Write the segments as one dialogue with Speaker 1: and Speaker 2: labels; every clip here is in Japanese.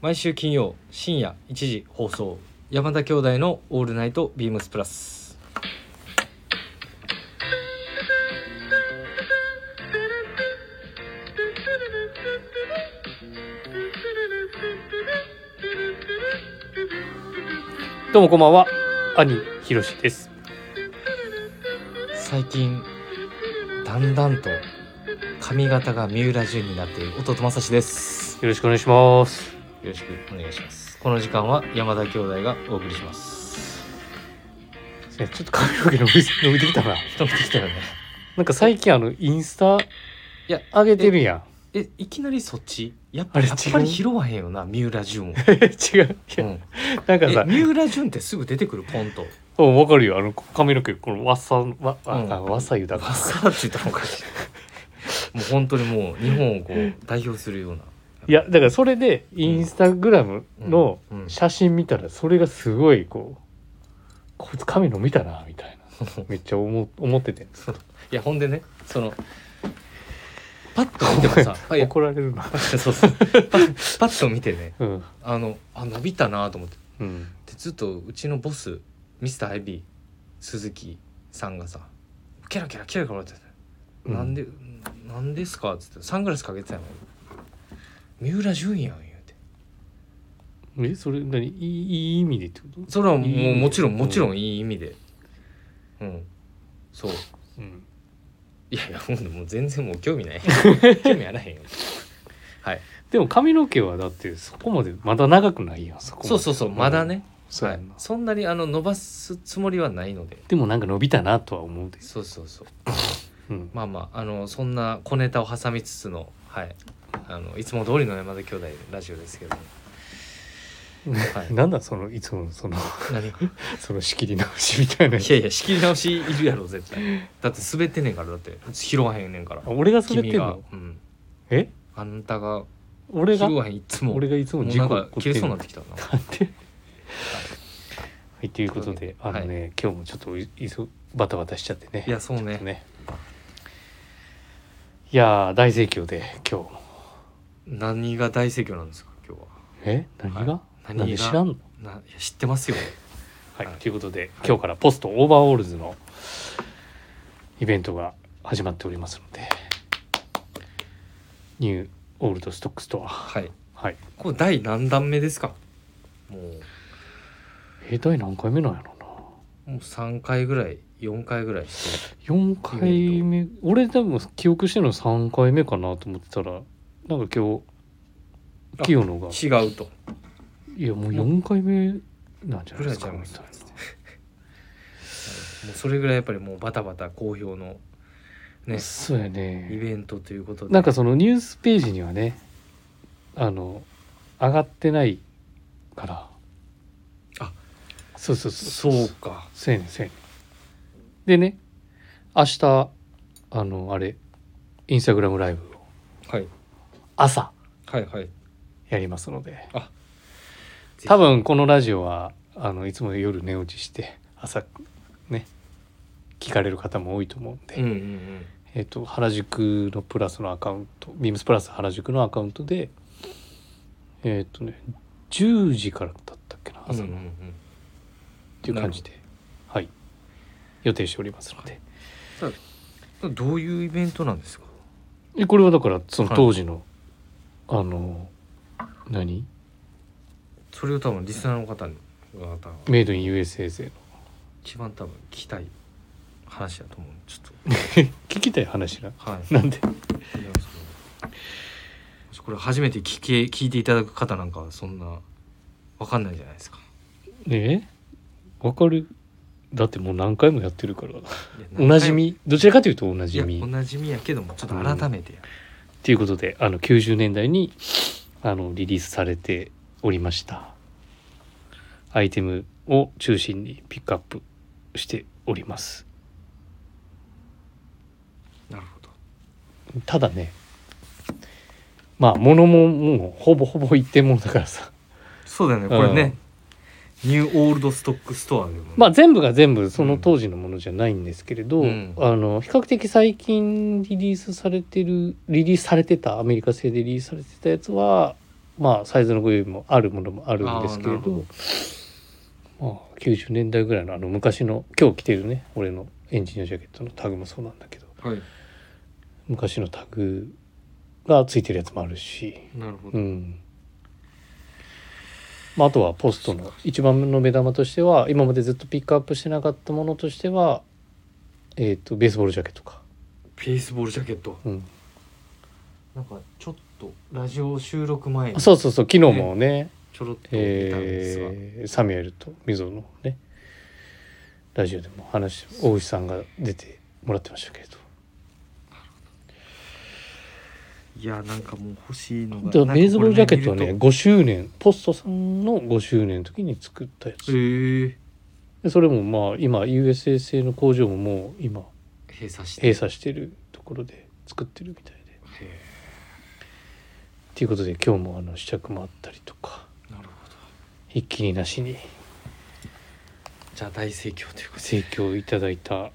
Speaker 1: 毎週金曜深夜1時放送山田兄弟の「オールナイトビームスプラス」
Speaker 2: どうもこんばんは兄ひろしです
Speaker 1: 最近だんだんと髪型が三浦淳になっている弟正志です
Speaker 2: よろしくお願いします
Speaker 1: よろしくお願いしますこの時間は山田兄弟がお送りします
Speaker 2: ちょっと髪の毛伸び伸びてきたな
Speaker 1: 伸びてきたよね
Speaker 2: なんか最近あのインスタ
Speaker 1: いや
Speaker 2: 上げてるやん
Speaker 1: えいきなりそっちやっ
Speaker 2: あ
Speaker 1: ぱ
Speaker 2: れ
Speaker 1: やっぱり
Speaker 2: 違う
Speaker 1: 拾わへんよな三浦 淳を、
Speaker 2: え 違ういや
Speaker 1: うん
Speaker 2: なんか
Speaker 1: え
Speaker 2: さ
Speaker 1: 三浦淳ってすぐ出てくるポンと
Speaker 2: うんわかるよあの髪の毛このわっさわあ
Speaker 1: うん
Speaker 2: あわっさ言うた
Speaker 1: バ
Speaker 2: か
Speaker 1: サーって言ったのおかしいもう本当にもう日本をこう代表するようない
Speaker 2: やだからそれでインスタグラムの
Speaker 1: うんうん
Speaker 2: 写真見たらそれがすごいこうこいつ髪伸びたなみたい なめっちゃ思思って て
Speaker 1: いやほんでねそのパッと見てもさあいや
Speaker 2: 怒られるな
Speaker 1: そうそうパッパッと見てね
Speaker 2: うん
Speaker 1: あのあ伸びたなと思って
Speaker 2: うん
Speaker 1: でずっとうちのボスミスターヘビー鈴木さんがさケラケラケラケラ笑って
Speaker 2: う
Speaker 1: た、なんでなんですか?」っつってサングラスかけてたの三浦淳やん」言うて
Speaker 2: えそれ何いいいい意味でってこと
Speaker 1: それはも
Speaker 2: いい意味
Speaker 1: う
Speaker 2: で
Speaker 1: もちろんもちろんいい意味でうんそう
Speaker 2: うん
Speaker 1: いやいやほんともう全然もう興味ない 興味あらへんよはい
Speaker 2: でも髪の毛はだってそこまでまだ長くないやんそこまで
Speaker 1: そうそうそうまだね、
Speaker 2: そう
Speaker 1: は
Speaker 2: や
Speaker 1: い
Speaker 2: んな、
Speaker 1: そんなにあの伸ばすつもりはないので
Speaker 2: でもなんか伸びたなとは思うです、
Speaker 1: そうそうそう
Speaker 2: うん
Speaker 1: まあまああのそんな小ネタを挟みつつのはいあのいつも通りの山田兄弟ラジオですけどもはい
Speaker 2: なんだそのいつものその
Speaker 1: 何がい
Speaker 2: その仕切り直しみたいな
Speaker 1: やいや仕切り直しいるやろ絶対だって滑ってんねんからだって拾わへんねんから
Speaker 2: あ俺が滑って
Speaker 1: 君
Speaker 2: ん
Speaker 1: が
Speaker 2: の
Speaker 1: うん
Speaker 2: え
Speaker 1: あんたが
Speaker 2: 俺
Speaker 1: 拾
Speaker 2: が
Speaker 1: わへんいつも
Speaker 2: 俺がいつも
Speaker 1: もう
Speaker 2: 事
Speaker 1: な
Speaker 2: 故
Speaker 1: んか切れそうになっ
Speaker 2: って
Speaker 1: きたな
Speaker 2: てるなんではいということであのね、今日もちょっといいそバタバタしちゃってね
Speaker 1: いやそうね
Speaker 2: ねいやー大盛況で今日も
Speaker 1: 何が大盛況なんですか今日は
Speaker 2: え何が、
Speaker 1: はい何が
Speaker 2: なんで知らんの
Speaker 1: ないや知ってますよ
Speaker 2: はい、
Speaker 1: はい
Speaker 2: ということで、今日からポストオーバーオールズのイベントが始まっておりますのでニューオールドストックストア
Speaker 1: はい
Speaker 2: はい
Speaker 1: これ第何弾目ですかもう
Speaker 2: えー第何回目なんやろう
Speaker 1: もう3回ぐらい4回ぐらいして
Speaker 2: な4回目俺多分記憶してるの3回目かなと思ってたらなんか今
Speaker 1: あ
Speaker 2: 日清野が
Speaker 1: る違うと
Speaker 2: いやもう4回目なんじゃないですか
Speaker 1: ぐらい
Speaker 2: み
Speaker 1: ち
Speaker 2: た
Speaker 1: ゃいま
Speaker 2: いな
Speaker 1: すもうそれぐらいやっぱりもうバタバタ好評のね
Speaker 2: そうや
Speaker 1: イ
Speaker 2: ね
Speaker 1: ベントということで
Speaker 2: なんかそのニュースページにはねあの上がってないから
Speaker 1: あ
Speaker 2: そうそうそう
Speaker 1: そうか
Speaker 2: そうやねんそうやねんでね明日あのあれインスタグラムライブを
Speaker 1: はい
Speaker 2: 朝
Speaker 1: はいはい
Speaker 2: やりますので
Speaker 1: あ
Speaker 2: 多分このラジオはあのいつも夜寝落ちして朝ね聞かれる方も多いと思うんで、
Speaker 1: うんうんうん
Speaker 2: えっと原宿のプラスのアカウントビームスプラス原宿のアカウントでえっ、とね10時からだったっけな朝の、
Speaker 1: うんうん
Speaker 2: っ
Speaker 1: うん
Speaker 2: ていう感じではい予定しておりますので
Speaker 1: ただどういうイベントなんですか
Speaker 2: でこれはだからその
Speaker 1: はい
Speaker 2: 当時の、あの何
Speaker 1: それを多分リスナーの方に方が
Speaker 2: メイドイン USA 勢の
Speaker 1: 一番多分聞きたい話だと思うんでちょっ
Speaker 2: 聞きたい話な
Speaker 1: とはい
Speaker 2: なんで
Speaker 1: いやそのもしこれ初めて聞け聞いていただく方なんかはそんなわかんないじゃないですか。
Speaker 2: ねえわかるだってもう何回もやってるから
Speaker 1: いや
Speaker 2: おなじ。みどちらかというとおなじ
Speaker 1: 何回
Speaker 2: み
Speaker 1: いやおなじみやけどもちょっと改めてや、
Speaker 2: ということであの90年代にあのリリースされておりましたアイテムを中心にピックアップしております
Speaker 1: なるほど。
Speaker 2: ただねまあ物ももうほぼほぼ一点物だからさ
Speaker 1: そうだよねこれね、ニューオールドストックストアでも、
Speaker 2: まあ全部が全部その当時のものじゃないんですけれど、
Speaker 1: うん
Speaker 2: あの比較的最近リリースされてるリリースされてたアメリカ製でリリースされてたやつはまあサイズのご用意もあるものもあるんですけれ
Speaker 1: あーなるほ
Speaker 2: どまあ、90年代ぐらいのあの昔の今日着てるね俺のエンジニアジャケットのタグもそうなんだけど
Speaker 1: はい
Speaker 2: 昔のタグがついてるやつもあるし、
Speaker 1: なるほ
Speaker 2: う
Speaker 1: ど、
Speaker 2: んまあ、あとはポストの一番の目玉としては今までずっとピックアップしてなかったものとしては、えー、とベースボールジャケットか、
Speaker 1: ベースボールジャケット
Speaker 2: うん、
Speaker 1: なんかちょっとラジオ収録前に
Speaker 2: そうそうそう昨日もね、
Speaker 1: ちょろっと見たんですが、
Speaker 2: えーサミュエルと溝のねラジオでも話して大内さんが出てもらってましたけれど
Speaker 1: いやなんかもう欲しいの
Speaker 2: だからベースボールジャケットは
Speaker 1: なん
Speaker 2: ね
Speaker 1: かこ
Speaker 2: 5周年ポストさんの5周年の時に作ったや
Speaker 1: れね
Speaker 2: つ
Speaker 1: 見ると
Speaker 2: でそれもまあ今 USA 製の工場ももう今
Speaker 1: えー閉鎖して
Speaker 2: 閉鎖してるところで作ってるみたいで
Speaker 1: へ
Speaker 2: っていうことで今日もあの試着もあったりとか
Speaker 1: ーなるほど
Speaker 2: 一気になしに
Speaker 1: じゃあ大盛況ということ
Speaker 2: 提供いただいた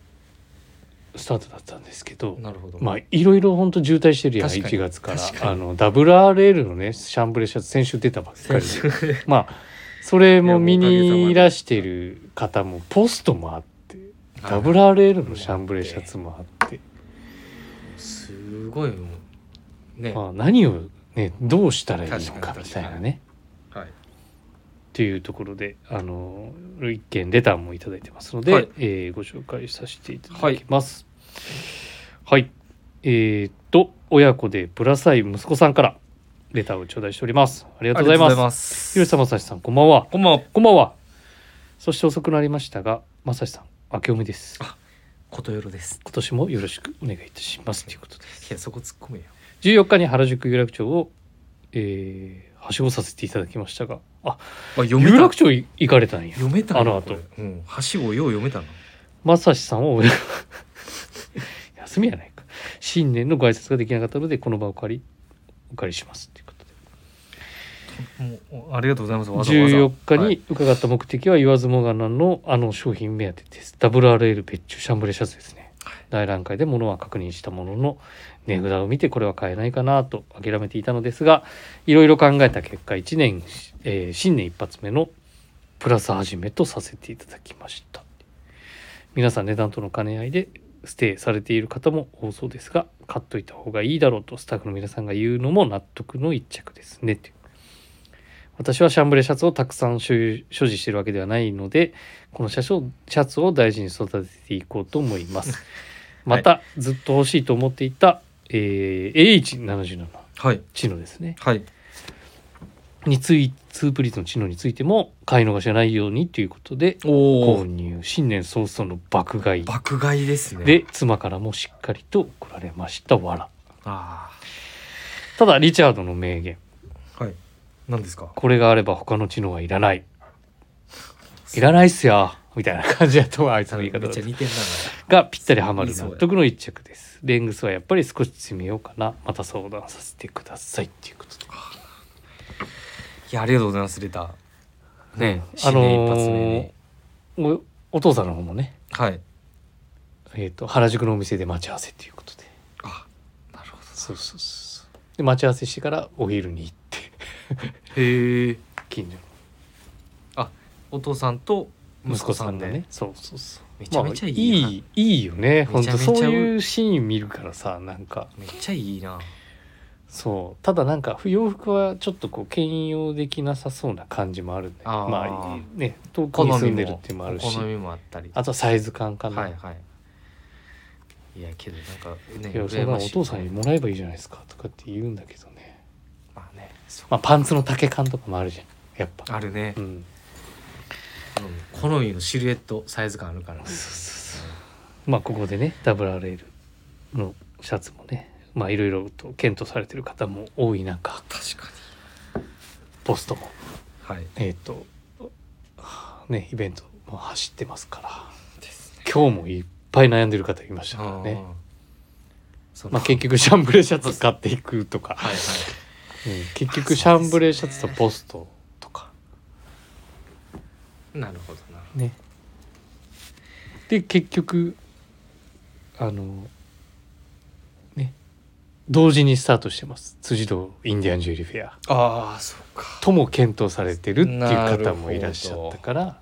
Speaker 2: スタートだったんですけど
Speaker 1: でなるほど
Speaker 2: まあいろいろ本当渋滞してるやん
Speaker 1: 確かに
Speaker 2: 1月から
Speaker 1: 確かに
Speaker 2: あの WRL のねシャンブレシャツ先週出たばっかり
Speaker 1: 先
Speaker 2: で
Speaker 1: 週
Speaker 2: まあそれも見
Speaker 1: いやもうおかげさま
Speaker 2: に
Speaker 1: で
Speaker 2: いらしてる方もポストもあって
Speaker 1: あ
Speaker 2: WRL のシャンブレシャツもあって、
Speaker 1: すごいもうね、
Speaker 2: まあ、何をねどうしたらいいの
Speaker 1: 確か
Speaker 2: か
Speaker 1: に
Speaker 2: みたいなね
Speaker 1: はい
Speaker 2: というところであの一件レターもいただいてますので、
Speaker 1: はい
Speaker 2: えーご紹介させていただきます。はい、えーっと親子でプラサイ息子さんからレターを頂戴しております。あり
Speaker 1: あ
Speaker 2: がとうございます。
Speaker 1: す
Speaker 2: ひろしさん、まさしさん、こんばんは。
Speaker 1: こんばんは
Speaker 2: こんばんは。そして遅くなりましたが、まさしさん、明けおめです。
Speaker 1: あことよろです
Speaker 2: 今年もよろしくお願いいたします。ということで、
Speaker 1: いやそこ突っ込めよ
Speaker 2: 14日に原宿有楽町を、えー、はしごさせていただきましたが、あ、
Speaker 1: あ読
Speaker 2: 有楽
Speaker 1: め
Speaker 2: 町い行かれたんや
Speaker 1: た。読めたの
Speaker 2: あの後
Speaker 1: これうんはしごよう読めたの
Speaker 2: まさしさんを 休みやないか新年のご挨拶ができなかったのでこの場をお借りお借りしますということで
Speaker 1: もうおありがとうございますわざわざ
Speaker 2: 14日
Speaker 1: は
Speaker 2: に
Speaker 1: い
Speaker 2: 伺った目的は言わずもがなのあの商品目当てです WRL 別注シャンブレシャツですね内覧会で物は確認したものの値札を見てこれは買えないかなと諦めていたのですがいろいろ考えた結果1年、えー新年一発目のプラス始めとさせていただきました皆さん値段との兼ね合いでステイされている方も多そうですが買っといた方がいいだろうとスタッフの皆さんが言うのも納得の一着ですねという私はシャンブレシャツをたくさん所有所持しているわけではないのでこのシャツをシャツを大事に育てていこうと思いますまた、ずっと欲しいと思っていた、えー、AH77
Speaker 1: はい
Speaker 2: チノですね
Speaker 1: はい
Speaker 2: についツープリーズのチノについても買い逃しがないようにということで
Speaker 1: お
Speaker 2: 購
Speaker 1: お
Speaker 2: 入新年早々の爆買い
Speaker 1: 爆買いですね
Speaker 2: で妻からもしっかりと怒られましたわら
Speaker 1: あ
Speaker 2: ただリチャードの名言
Speaker 1: あはい何ですか
Speaker 2: これがあれば他の知能はいらないいらないっすよみたいな感じだとあいつの
Speaker 1: め
Speaker 2: 言い方
Speaker 1: っ
Speaker 2: だ
Speaker 1: ちゃ
Speaker 2: と
Speaker 1: 似てんな
Speaker 2: がぴったりはま
Speaker 1: い
Speaker 2: る
Speaker 1: いそう
Speaker 2: 納
Speaker 1: や
Speaker 2: 得の一着ですレングスはやっぱり少し詰めようかなまた相談させてくださいっていうことで
Speaker 1: いやありがとうございますレターね
Speaker 2: あ
Speaker 1: 新
Speaker 2: の
Speaker 1: 年一発目に
Speaker 2: ーおお父さんの方もね、
Speaker 1: はい
Speaker 2: えー、と原宿のお店で待ち合わせっていうことで
Speaker 1: あなるほ
Speaker 2: そうそうそうそうで待ち合わせしてからお昼に行って
Speaker 1: どへえ
Speaker 2: 近所の
Speaker 1: お父さんと息
Speaker 2: 息
Speaker 1: 子
Speaker 2: 子
Speaker 1: さ
Speaker 2: さ
Speaker 1: ん
Speaker 2: ん
Speaker 1: で
Speaker 2: がねそうそうそう
Speaker 1: めちゃめちゃいい
Speaker 2: ま
Speaker 1: な
Speaker 2: あいいいいよね本当
Speaker 1: めちゃ
Speaker 2: そ
Speaker 1: めちゃ
Speaker 2: ういうシーン見るからさなんか
Speaker 1: めっちゃいいな
Speaker 2: そうただなんか不洋服はちょっとこう兼用できなさそうな感じもあるんで
Speaker 1: あー
Speaker 2: まあね遠くに住んでるっていうのもある
Speaker 1: お
Speaker 2: し
Speaker 1: 好みもあったり
Speaker 2: あとはサイズ感かな、
Speaker 1: はいはいいやけどなんかね
Speaker 2: いやそ
Speaker 1: 羨
Speaker 2: んなの
Speaker 1: ま
Speaker 2: お
Speaker 1: しい
Speaker 2: 父さんにもらえばいいじゃないですかとかって言うんだけどね、
Speaker 1: まあねそう
Speaker 2: まあ、パンツの丈感とかもあるじゃんやっぱ
Speaker 1: あるね
Speaker 2: うん
Speaker 1: うん好みのシルエットサイズ感あるから
Speaker 2: そうそうそうまあここでね WRL のシャツもねまあいろいろと検討されてる方も多い中
Speaker 1: 確か
Speaker 2: ポストも
Speaker 1: にはい
Speaker 2: えっ、とねイベントも走ってますから
Speaker 1: ですね
Speaker 2: 今日もいっぱい悩んでる方いましたからね
Speaker 1: そ
Speaker 2: まあ結局シャンブレシャツ買っていくとか、
Speaker 1: はいはい
Speaker 2: うん結局シャンブレシャツとポストとか
Speaker 1: なるほどな
Speaker 2: ねで結局あのね同時にスタートしてます辻堂インディアンジュエリーフェア
Speaker 1: ああそうか
Speaker 2: とも検討されてるっていう
Speaker 1: なる
Speaker 2: 方
Speaker 1: ほ
Speaker 2: も
Speaker 1: ど
Speaker 2: いらっしゃったから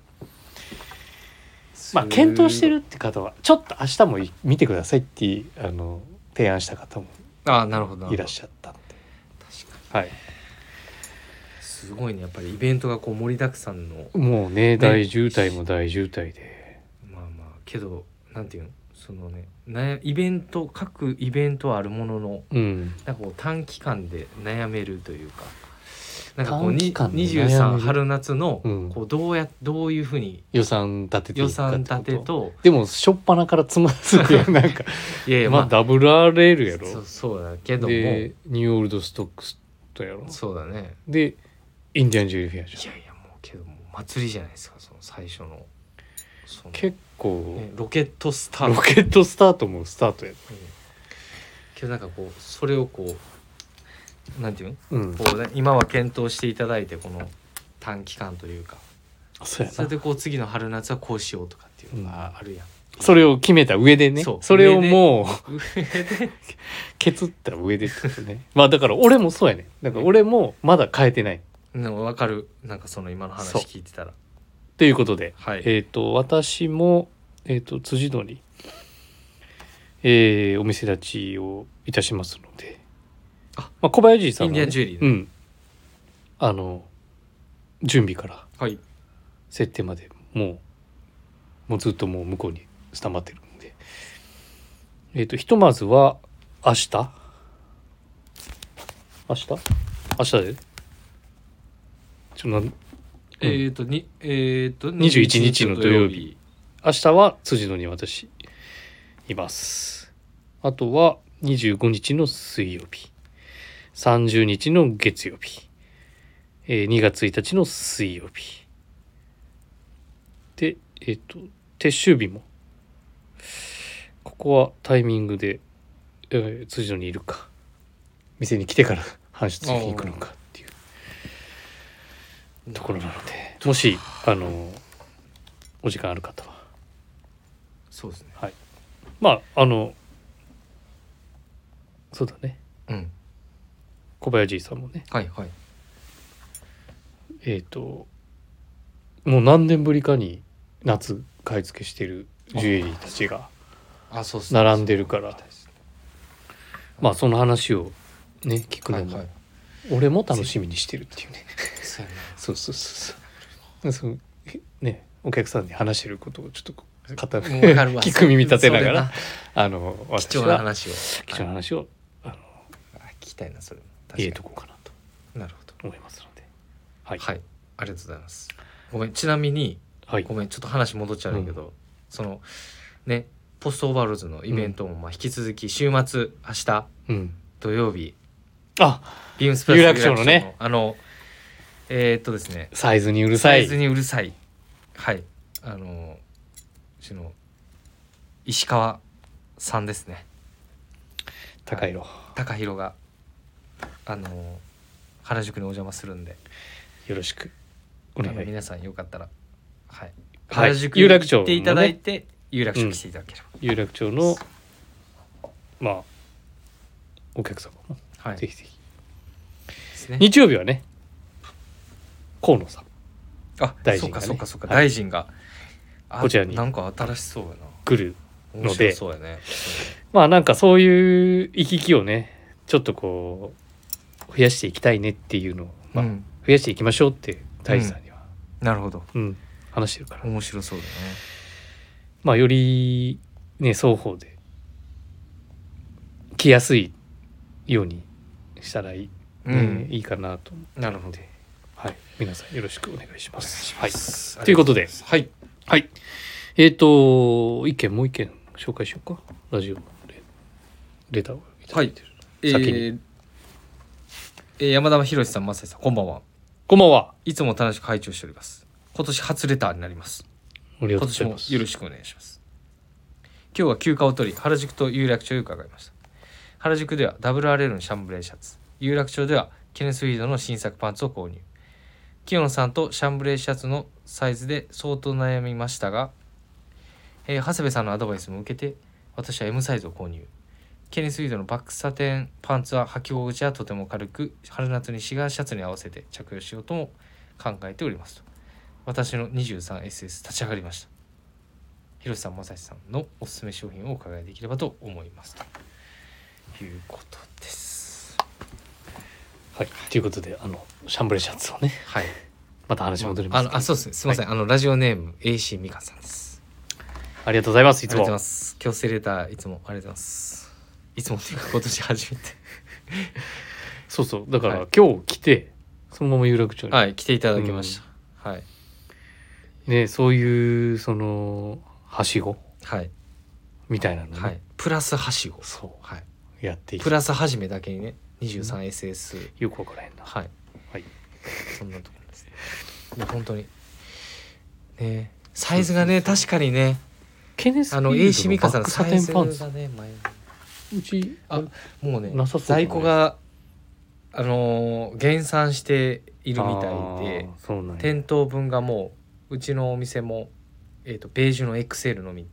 Speaker 2: まあ検討してるって方はちょっと明日もい見てくださいってあの提案した方も
Speaker 1: ああなるほど
Speaker 2: いらっし
Speaker 1: ゃ
Speaker 2: ゃったんで
Speaker 1: る確か
Speaker 2: はい、
Speaker 1: にすごいねやっぱりイベントがこう盛りだくさんの
Speaker 2: もうね大渋滞も大渋滞で
Speaker 1: まあまあけどなんていうのそのねなイベント各イベントはあるものの
Speaker 2: うん
Speaker 1: なんかこう短期間で悩めるというかなんかこう
Speaker 2: 短
Speaker 1: に
Speaker 2: 期間で悩め
Speaker 1: 23
Speaker 2: る
Speaker 1: 春夏の
Speaker 2: うん
Speaker 1: こうどうやどういうふうに
Speaker 2: 予算立ててい
Speaker 1: 予
Speaker 2: くかって
Speaker 1: 算
Speaker 2: こと
Speaker 1: 立てと
Speaker 2: でもしょっぱなからつまずくやんなんか
Speaker 1: いやいや
Speaker 2: まあ
Speaker 1: まあ
Speaker 2: ダブル RL や
Speaker 1: そ
Speaker 2: ろ
Speaker 1: うそうだけども
Speaker 2: でニューオールドストックスとやろ
Speaker 1: そうだね
Speaker 2: でインディアンジュエリーフェアじゃん
Speaker 1: いやいやもうけどもう祭りじゃないですかその最初のその
Speaker 2: 結構
Speaker 1: ねロケットスター
Speaker 2: ロ
Speaker 1: ト
Speaker 2: ケットスタートもスタートや
Speaker 1: うんけどなんかこうそれをこうなんていうの
Speaker 2: うん
Speaker 1: こう、ね、今は検討していただいてこの短期間というか
Speaker 2: そうや
Speaker 1: それ
Speaker 2: な
Speaker 1: でこう次の春夏はこうしようとかっていうのがあるやん、
Speaker 2: それを決めた上でね
Speaker 1: そ
Speaker 2: そうれをもう
Speaker 1: 上で
Speaker 2: 削った上でってことねまあだから俺もそうやねだから俺もまだ変えてない
Speaker 1: なんか分かるなんかその今の話
Speaker 2: そう
Speaker 1: 聞いてたら
Speaker 2: ということで
Speaker 1: はい
Speaker 2: えっ、と私もえっ、と辻堂にえーお店立ちをいたしますので
Speaker 1: あ
Speaker 2: まあ、小林さん
Speaker 1: イ
Speaker 2: は
Speaker 1: ン
Speaker 2: ね、
Speaker 1: ディアンジュエリー
Speaker 2: う
Speaker 1: ね、
Speaker 2: んあの準備から
Speaker 1: はい
Speaker 2: 設定までもうもうずっともう向こうにスタンバってるんでえっ、とひとまずは明日明日明日でちょなん
Speaker 1: えっ、とにえっ、と
Speaker 2: 21日の土曜日明日は辻野に私いますあとは25日の水曜日30日の月曜日、えー2月1日の水曜日でえっ、と撤収日もここはタイミングで、えー辻野にいるか店に来てから搬出に行くのかっていうところなのでもしあのお時間ある方は
Speaker 1: そうですね
Speaker 2: まああのそうだね
Speaker 1: うん
Speaker 2: 小林さんもね
Speaker 1: はいはい
Speaker 2: えっ、ともう何年ぶりかに夏買い付けしてるジュエリーたちが
Speaker 1: あそうっすね
Speaker 2: 並んでるからまあその話をね聞く
Speaker 1: は
Speaker 2: の
Speaker 1: い
Speaker 2: も、
Speaker 1: はい
Speaker 2: 俺も楽しみにしてるっていうね
Speaker 1: そうやな
Speaker 2: そうそうそうそうそうねお客さんに話してることをちょっとこう語る
Speaker 1: もうわかるわ
Speaker 2: 聞く耳立てながら
Speaker 1: そ
Speaker 2: あの
Speaker 1: れな貴
Speaker 2: 私
Speaker 1: 重な
Speaker 2: は
Speaker 1: 話を
Speaker 2: 貴重な話を
Speaker 1: あ聞きたいなそれも
Speaker 2: 入れとこうかなと
Speaker 1: なるほど
Speaker 2: 思いますのではい
Speaker 1: はいありがとうございますごめんちなみに
Speaker 2: はい
Speaker 1: ごめんちょっと話戻っちゃうんだけど、そのねポストオーバーローズのイベントもまあ引き続き週末明日
Speaker 2: うん
Speaker 1: 土曜日
Speaker 2: あ
Speaker 1: ビームスプラス
Speaker 2: 有楽町のね
Speaker 1: 有楽あのえー、っとですね
Speaker 2: サイズにうるさ
Speaker 1: サ
Speaker 2: い
Speaker 1: イズにうるさいはいあのうちの石川さんですね
Speaker 2: 高いろ
Speaker 1: 高弘があの原宿にお邪魔するんで
Speaker 2: よろしくお願
Speaker 1: あの
Speaker 2: い
Speaker 1: 皆さんよかったら、はい、
Speaker 2: はい
Speaker 1: 原宿
Speaker 2: 有
Speaker 1: に
Speaker 2: 楽町
Speaker 1: 行っ
Speaker 2: のね
Speaker 1: ていただいて、有楽町来ていただければ、
Speaker 2: 有楽町のまあお客様も
Speaker 1: はい
Speaker 2: ぜひぜひ
Speaker 1: ですね
Speaker 2: 日曜日はね河野さん
Speaker 1: あ
Speaker 2: 大
Speaker 1: そ
Speaker 2: 臣
Speaker 1: う
Speaker 2: が
Speaker 1: か
Speaker 2: ね
Speaker 1: そうかそうか、
Speaker 2: はい
Speaker 1: 大臣があ
Speaker 2: こちらに
Speaker 1: なんか新しそうやな
Speaker 2: 来る
Speaker 1: 面白そうやね
Speaker 2: まあなんかそういう行き来をねちょっとこう増やしていきたいねっていうのを、
Speaker 1: う
Speaker 2: まあ、
Speaker 1: ん
Speaker 2: 増やしていきましょうって大地さんには、
Speaker 1: なるほど
Speaker 2: うん話してるから、
Speaker 1: 面白そうだね
Speaker 2: まあよりね双方で来やすいようにしたらいい,、
Speaker 1: う
Speaker 2: ね
Speaker 1: ん、
Speaker 2: いいかなと思って
Speaker 1: なるほど
Speaker 2: はい、皆さんよろしくお願いします。
Speaker 1: はい
Speaker 2: ということで
Speaker 1: はい
Speaker 2: はい、はい、えっ、と一件もう一件紹介しようかラジオのレレターをいただいてる、
Speaker 1: えーえ
Speaker 2: 先
Speaker 1: ー山田博さん正井さんこんばんは
Speaker 2: こんばんはい
Speaker 1: つも楽しく拝聴しております今年初レターになります
Speaker 2: ありが
Speaker 1: 今
Speaker 2: とうご
Speaker 1: 年
Speaker 2: ざい
Speaker 1: も
Speaker 2: ます
Speaker 1: よろしくお願いします今日は休暇を取り原宿と有楽町へ伺いました原宿では WRL のシャンブレーシャツ有楽町ではケネスウィードの新作パンツを購入キヨンさんとシャンブレーシャツのサイズで相当悩みましたが、えー長谷部さんのアドバイスも受けて私は M サイズを購入ケニスウィードのバックサテンパンツは履き心地はとても軽く春夏にシガーシャツに合わせて着用しようとも考えておりますと私の 23SS 立ち上がりました広瀬さん正志さんのおすすめ商品をお伺いできればと思いますということです
Speaker 2: はい、ということであのシャンブレシャツをね
Speaker 1: はい
Speaker 2: また話戻りま
Speaker 1: あ
Speaker 2: すけど
Speaker 1: のあそうですねすみません、あのラジオネーム AC みかんさんです
Speaker 2: ありがとうございますい
Speaker 1: い
Speaker 2: つ
Speaker 1: つもありがとうござい
Speaker 2: も
Speaker 1: ます。今日セレーターいつもありがとうございます。いつもっていうか今年初めて。
Speaker 2: そうそうだから、
Speaker 1: はい
Speaker 2: 今日来てそのまま有楽町に、
Speaker 1: はい、来ていただきました。はい。
Speaker 2: ねそういうそのはしご
Speaker 1: はい。
Speaker 2: みたいなのね、
Speaker 1: はい。プラスはしご。
Speaker 2: そ
Speaker 1: は
Speaker 2: うやってい
Speaker 1: い。
Speaker 2: き
Speaker 1: プラスはじめだけにね、23SS。
Speaker 2: よくわからへんな
Speaker 1: はい。
Speaker 2: はい
Speaker 1: そんなところです。いや、本当に。ねサイズがね、確かにね、
Speaker 2: ケネス
Speaker 1: あの、
Speaker 2: フィールド
Speaker 1: AC ミカさんの
Speaker 2: バッ
Speaker 1: サ
Speaker 2: ク
Speaker 1: イ
Speaker 2: サテ
Speaker 1: ズ
Speaker 2: ン
Speaker 1: が
Speaker 2: パンツ
Speaker 1: ね、迷う
Speaker 2: うち
Speaker 1: あもうね
Speaker 2: なさそうだね
Speaker 1: 在庫が、あのー減産しているみたいで
Speaker 2: あー。そうなんや
Speaker 1: 店頭分がもううちのお店も、えー、とベージュの XL のみ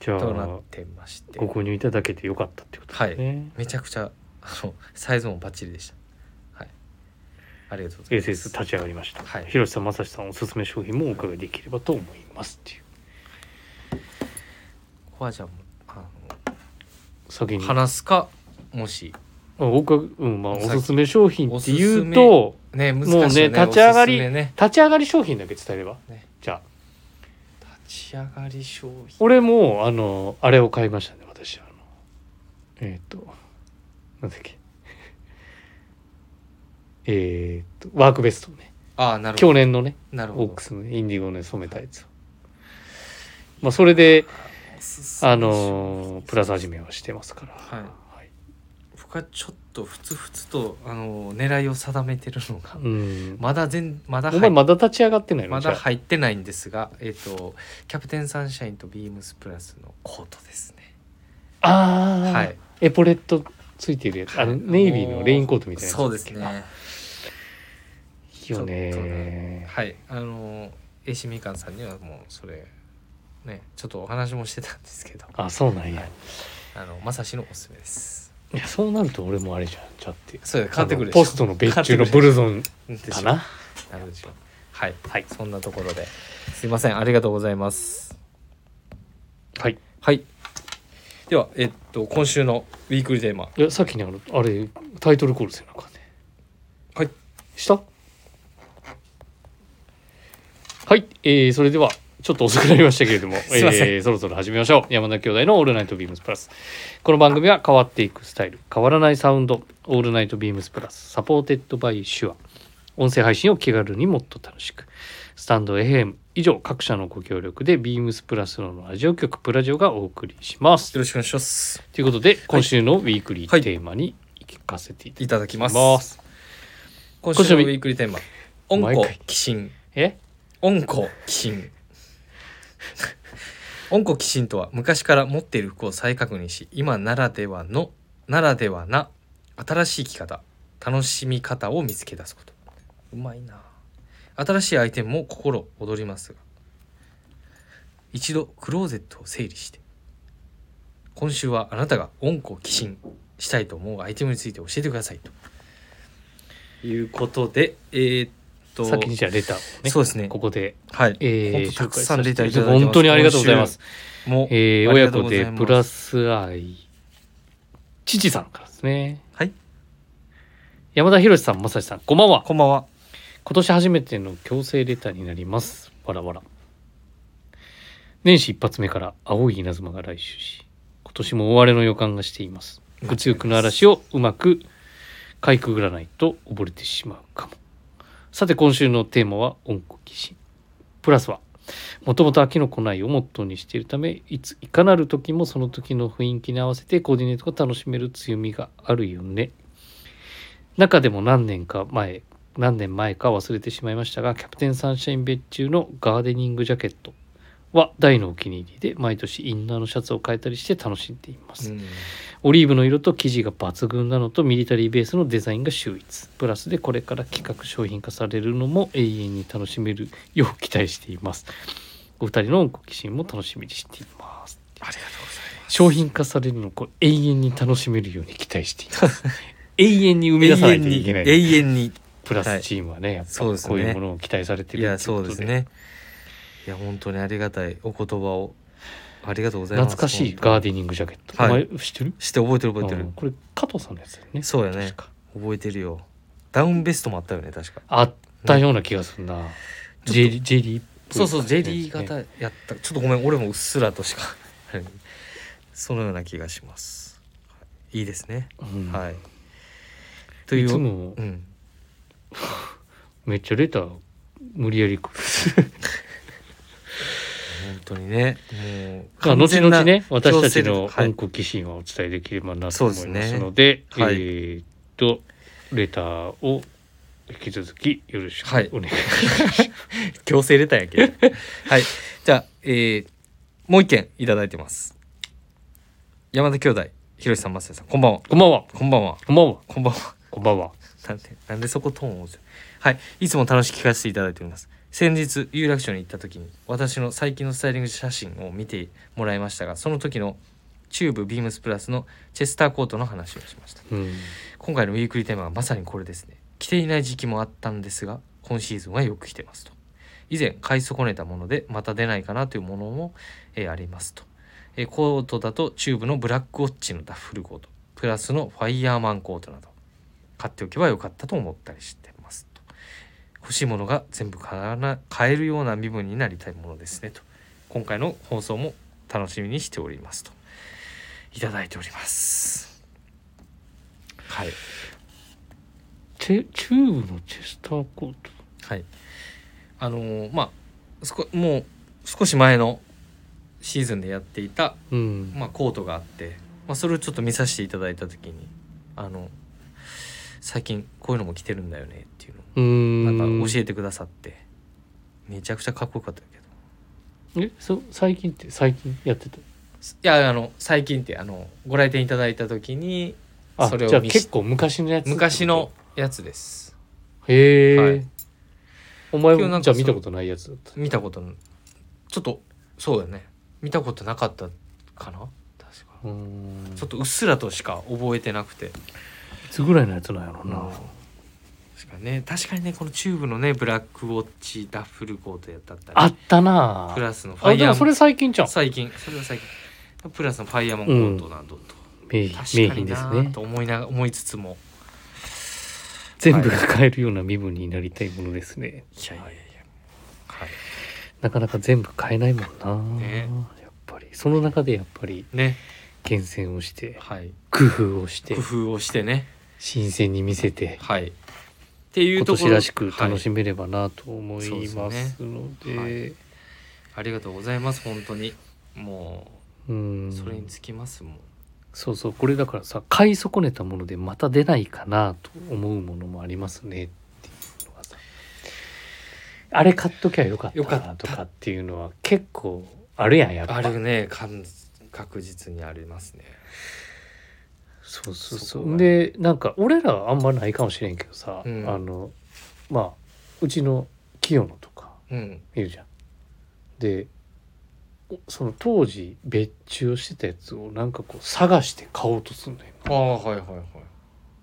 Speaker 2: じゃ
Speaker 1: となっ
Speaker 2: あ
Speaker 1: てまして
Speaker 2: ご購入いただけてよかったってことですね、
Speaker 1: めちゃくちゃあのサイズもバッチリでしたはいありがとうございます
Speaker 2: ASS 立ち上がりました、
Speaker 1: はい
Speaker 2: 広瀬さん正志さんおすすめ商品もお伺いできればと思いますっていう
Speaker 1: ここはじゃあもうあ
Speaker 2: 先
Speaker 1: の
Speaker 2: に
Speaker 1: 話すかもし
Speaker 2: あおかうんまあ、お
Speaker 1: 先
Speaker 2: すすめ商品っていう
Speaker 1: お
Speaker 2: と
Speaker 1: ね難しいよね
Speaker 2: もうね立ち上がり
Speaker 1: おすすめね
Speaker 2: 立ち上がり商品だけ伝えれば、
Speaker 1: ね
Speaker 2: じゃあ
Speaker 1: 立ち上がり商品
Speaker 2: 俺もあのあれを買いましたね私あのえっ、となんだっけ えっ、とワークベストをね
Speaker 1: ああなるほ
Speaker 2: 去
Speaker 1: ど
Speaker 2: 年のね
Speaker 1: なるほ
Speaker 2: オ
Speaker 1: ど
Speaker 2: ックスのインディゴの染めたやつを、まあ、それで
Speaker 1: おすすめ
Speaker 2: あ
Speaker 1: 商品
Speaker 2: のプラス始めはしてますから、
Speaker 1: はい
Speaker 2: い
Speaker 1: 僕はちょっとふつふつとあの狙いを定めてるのが
Speaker 2: うん
Speaker 1: まだ全まだ
Speaker 2: お前まだ立ち上がってないの
Speaker 1: ま
Speaker 2: じゃ
Speaker 1: だ
Speaker 2: あ
Speaker 1: 入ってないんですが、えっ、と、キャプテンサンシャインとビームスプラスのコートですね。
Speaker 2: ああ、
Speaker 1: はい。
Speaker 2: エポレットついてるやつあのネイビーのレインコートみたいなやつ
Speaker 1: そうですね。
Speaker 2: いいよね
Speaker 1: はい。あの、エシミカンさんにはもうそれ、ね、ちょっとお話もしてたんですけど、
Speaker 2: あそうなんや、
Speaker 1: はいあの、まさしのおすすめです。
Speaker 2: い、やそうなると俺もあれじゃんちゃって
Speaker 1: そうです。買ってくるでしょ
Speaker 2: ポストの別注のブルゾン
Speaker 1: で
Speaker 2: か
Speaker 1: しょ
Speaker 2: な
Speaker 1: なるでしょう。はい。
Speaker 2: はい
Speaker 1: そんなところで、すいません。ありがとうございます。
Speaker 2: はい
Speaker 1: はい。では、えっと、今週のウィークリーテーマ。
Speaker 2: いやさっきにあのあれタイトルコールせなあかんね
Speaker 1: はい
Speaker 2: したはい、えー、それではちょっと遅くなりましたけれど も
Speaker 1: すいません
Speaker 2: えーそろそろ始めましょう山田兄弟の「オールナイトビームスプラス」この番組は変わっていくスタイル変わらないサウンド「オールナイトビームスプラス」サポーテッドバイシュア音声配信を気軽にもっと楽しくスタンド FM 以上各社のご協力でビームスプラスのラジオ局プラジオがお送りします
Speaker 1: よろしくお願いします。
Speaker 2: ということで今週のウィークリ
Speaker 1: は
Speaker 2: ー
Speaker 1: い
Speaker 2: テーマに行かせていただき
Speaker 1: いただきま
Speaker 2: ますす。
Speaker 1: 今週のウィークリーテーマ「温
Speaker 2: 毎
Speaker 1: 故
Speaker 2: 回
Speaker 1: 寄進」
Speaker 2: え
Speaker 1: 「温故寄進」「温故寄進」とは昔から持っている服を再確認し今ならではのならではな新しい着方楽しみ方を見つけ出すことうまいな新しいアイテムも心躍りますが一度クローゼットを整理して今週はあなたが温故寄進したいと思うアイテムについて教えてくださいということでえーっと
Speaker 2: 先にじゃあレターをね
Speaker 1: そうですね
Speaker 2: ここで、
Speaker 1: はい、
Speaker 2: えー、
Speaker 1: 本当たくさんレターいただい
Speaker 2: 紹介させて
Speaker 1: てます
Speaker 2: 本当にありがとうございます。
Speaker 1: もう
Speaker 2: えー、
Speaker 1: あり
Speaker 2: 親
Speaker 1: がとう
Speaker 2: 子
Speaker 1: ござい
Speaker 2: で
Speaker 1: ます
Speaker 2: プラス愛父さんからですね
Speaker 1: はい
Speaker 2: 山田博さん正志さんこんばんは
Speaker 1: こんばんは
Speaker 2: 今年初めての強制レターになりますわらわら年始一発目から青い稲妻が来襲し今年も大荒れの予感がしています物欲の嵐をうまくかいくぐらないと溺れてしまうかもさて今週のテーマは「温故寄進」プラスはもともと飽きのこないをモットーにしているためいついかなる時もその時の雰囲気に合わせてコーディネートが楽しめる強みがあるよね中でも何年か前何年前か忘れてしまいましたがキャプテンサンシャイン別注のガーデニングジャケットは大のお気に入りで毎年インナーのシャツを変えたりして楽しんでいます、
Speaker 1: うん
Speaker 2: オリーブの色と生地が抜群なのとミリタリーベースのデザインが秀逸プラスでこれから企画商品化されるのも永遠に楽しめるよう期待していますお二人のご寄進も楽しみにしています
Speaker 1: ありがとうございます
Speaker 2: 商品化されるのをこう永遠に楽しめるように期待してい ます永遠に生み出さないといけない
Speaker 1: 永遠に
Speaker 2: プラスチームはね、やっぱ
Speaker 1: そうですね
Speaker 2: こういうものを期待され
Speaker 1: い
Speaker 2: てる
Speaker 1: や
Speaker 2: ってい
Speaker 1: そうう
Speaker 2: こ
Speaker 1: で
Speaker 2: と
Speaker 1: す
Speaker 2: で
Speaker 1: ねいや本当にありがたいお言葉をありがとうございます
Speaker 2: 懐かしいガーデニングジャケット、
Speaker 1: はい
Speaker 2: お前知ってる
Speaker 1: して覚えてる覚えて
Speaker 2: う
Speaker 1: る
Speaker 2: んこれ加藤さんのやつだよね
Speaker 1: そうやね
Speaker 2: 確か
Speaker 1: 覚えてるよダウンベストもあったよね確か
Speaker 2: あったような気がするな、
Speaker 1: と
Speaker 2: ジェリージェリーっぽい
Speaker 1: そうそうジェリー
Speaker 2: やつね
Speaker 1: 型やったちょっとごめん俺もうっすらとしか そのような気がしますいいですね、
Speaker 2: うん
Speaker 1: はいと
Speaker 2: い
Speaker 1: いう
Speaker 2: つも
Speaker 1: うん、
Speaker 2: めっちゃレター無理やり来る
Speaker 1: 本当にねもう
Speaker 2: まあ後々ね私た
Speaker 1: 強
Speaker 2: ち
Speaker 1: 制
Speaker 2: の
Speaker 1: 力はい
Speaker 2: 温故寄進はお伝えできればなと思います
Speaker 1: そ
Speaker 2: ので
Speaker 1: うですねはい
Speaker 2: えーっとレターを引き続きよろしく
Speaker 1: はい
Speaker 2: お願いし
Speaker 1: 強制入れたんやけどはいじゃあ、えーもう一件いただいてます山田兄弟ひろしさんまささんこんばんは
Speaker 2: こんばんは
Speaker 1: こんばんは
Speaker 2: こんばんは
Speaker 1: こんばんは
Speaker 2: こんばんは
Speaker 1: なんでなんでそこトーンを押すはいいつも楽しく聞かせていただいております先日有楽町に行った時に私の最近のスタイリング写真を見てもらいましたがその時のチューブビームスプラスのチェスターコートの話をしました
Speaker 2: うん
Speaker 1: 今回のウィークリーテーマはまさにこれですね着ていない時期もあったんですが今シーズンはよく着てますと以前買い損ねたものでまた出ないかなというものも、えーありますと、えーコートだとチューブのブラックウォッチのダッフルコートプラスのファイヤーマンコートなど買っておけばよかったと思ったりしてますと欲しいものが全部買わな買えるような身分になりたいものですねと今回の放送も楽しみにしておりますといただいておりますはい
Speaker 2: チェチューブのチェスターコート
Speaker 1: はい、あのーまあすこもう少し前のシーズンでやっていた、
Speaker 2: うん
Speaker 1: まあ、コートがあって、まあ、それをちょっと見させていただいた時にあの最近こういうのも着てるんだよねっていう
Speaker 2: うー
Speaker 1: のを
Speaker 2: ん
Speaker 1: なんか教えてくださってめちゃくちゃかっこよかったけど
Speaker 2: えそう最近って最近やってた
Speaker 1: すいやあの最近ってあのご来店いただいた時に
Speaker 2: あ
Speaker 1: それ
Speaker 2: じゃ
Speaker 1: を
Speaker 2: あ
Speaker 1: 見し
Speaker 2: 結構昔のやつってこと
Speaker 1: 昔のやつです
Speaker 2: へえ、
Speaker 1: はい
Speaker 2: お前
Speaker 1: 今日な
Speaker 2: も
Speaker 1: んか
Speaker 2: じゃあ見
Speaker 1: そ
Speaker 2: た
Speaker 1: の
Speaker 2: ことないやつだった
Speaker 1: 見たことのちょっとそうだね見たことなかったかな確か
Speaker 2: うーん
Speaker 1: ちょっとうっすらとしか覚えてなくて、
Speaker 2: いつぐらいのやつなんやろうな、
Speaker 1: 確かにね確かにねこのチューブのねブラックウォッチダッフルコートやったったり
Speaker 2: あったな
Speaker 1: プラスのファ
Speaker 2: あ
Speaker 1: イ
Speaker 2: で
Speaker 1: ヤ
Speaker 2: も
Speaker 1: ー
Speaker 2: そ
Speaker 1: マ
Speaker 2: れ
Speaker 1: ン
Speaker 2: 最近じゃん
Speaker 1: 最近それは最近プラスのファイヤーマンコートなどと、
Speaker 2: 名
Speaker 1: 確
Speaker 2: 品名
Speaker 1: かに
Speaker 2: 品です
Speaker 1: な
Speaker 2: ね
Speaker 1: と思いなが思いつつも
Speaker 2: 全部が買えるような身分になりたいものですね、
Speaker 1: いやいやいやはい
Speaker 2: なかなか全部買えないもんな、
Speaker 1: ね
Speaker 2: やっぱりその中でやっぱり
Speaker 1: ね
Speaker 2: 厳選をして
Speaker 1: はい
Speaker 2: 工夫をして
Speaker 1: 工夫をしてね
Speaker 2: 新鮮に見せて
Speaker 1: はいっていう
Speaker 2: 今
Speaker 1: ところ
Speaker 2: 年らしく楽
Speaker 1: はい
Speaker 2: しめればなと思い
Speaker 1: はいそう
Speaker 2: ま
Speaker 1: です
Speaker 2: ので,、
Speaker 1: はいありがとうございます本当にも
Speaker 2: うん
Speaker 1: うそれにつきますもん、
Speaker 2: そうそうこれだからさ買い損ねたものでまた出ないかなと思うものもありますねっていうのがさあれ買っときゃよかっ
Speaker 1: よか
Speaker 2: た
Speaker 1: った
Speaker 2: なとかっていうのは結構あるやんやっぱ
Speaker 1: あるね感確実にありますね
Speaker 2: そうそう
Speaker 1: そ
Speaker 2: そ
Speaker 1: こ
Speaker 2: う
Speaker 1: が
Speaker 2: でなんか俺らあんまないかもしれんけどさ、
Speaker 1: うん
Speaker 2: あのまあうちの清野とか
Speaker 1: うん
Speaker 2: いるじゃん。でおその当時別注をしてたやつをなんかこう探して買おうとするんだよ
Speaker 1: ああはいはいは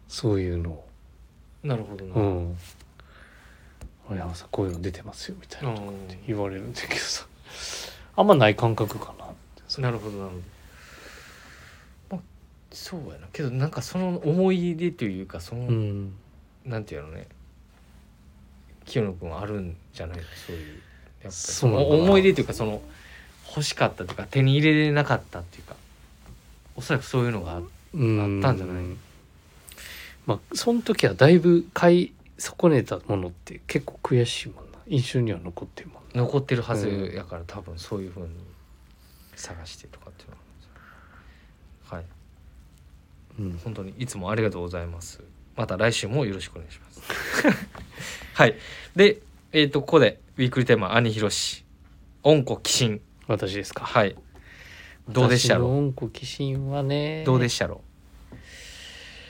Speaker 2: そういうのを。
Speaker 1: いなるほどな、
Speaker 2: うん。俺山さんこういうの出てますよみたいな
Speaker 1: うん
Speaker 2: って言われるんだけどさあんまない感覚かなってそ
Speaker 1: なるほどなるほど、まあ、そうやなけどなんかその思い出というかその、
Speaker 2: うん
Speaker 1: なんていうのね清野君はあるんじゃないそういうやっぱり
Speaker 2: そうなんだな
Speaker 1: お思い出というかその欲しかったというか手に入れれなかったっていうかおそらくそういうのがあ
Speaker 2: うん
Speaker 1: あったんじゃない
Speaker 2: まあその時はだいぶ買い損ねたものって結構悔しいもんな印象には残ってるもん
Speaker 1: 残ってるはず
Speaker 2: うん
Speaker 1: やから、多分そういうふうに探してとかっていうのははい
Speaker 2: うん
Speaker 1: 本当にいつもありがとうございます。また来週もよろしくお願いします。 はい。で、えっ、と、ここで、ウィークリーテーマ、兄ひろし、恩子寄進。
Speaker 2: 私ですか
Speaker 1: はい。どうでしたろう
Speaker 2: 私の温故寄進はね
Speaker 1: どうで
Speaker 2: し
Speaker 1: したろう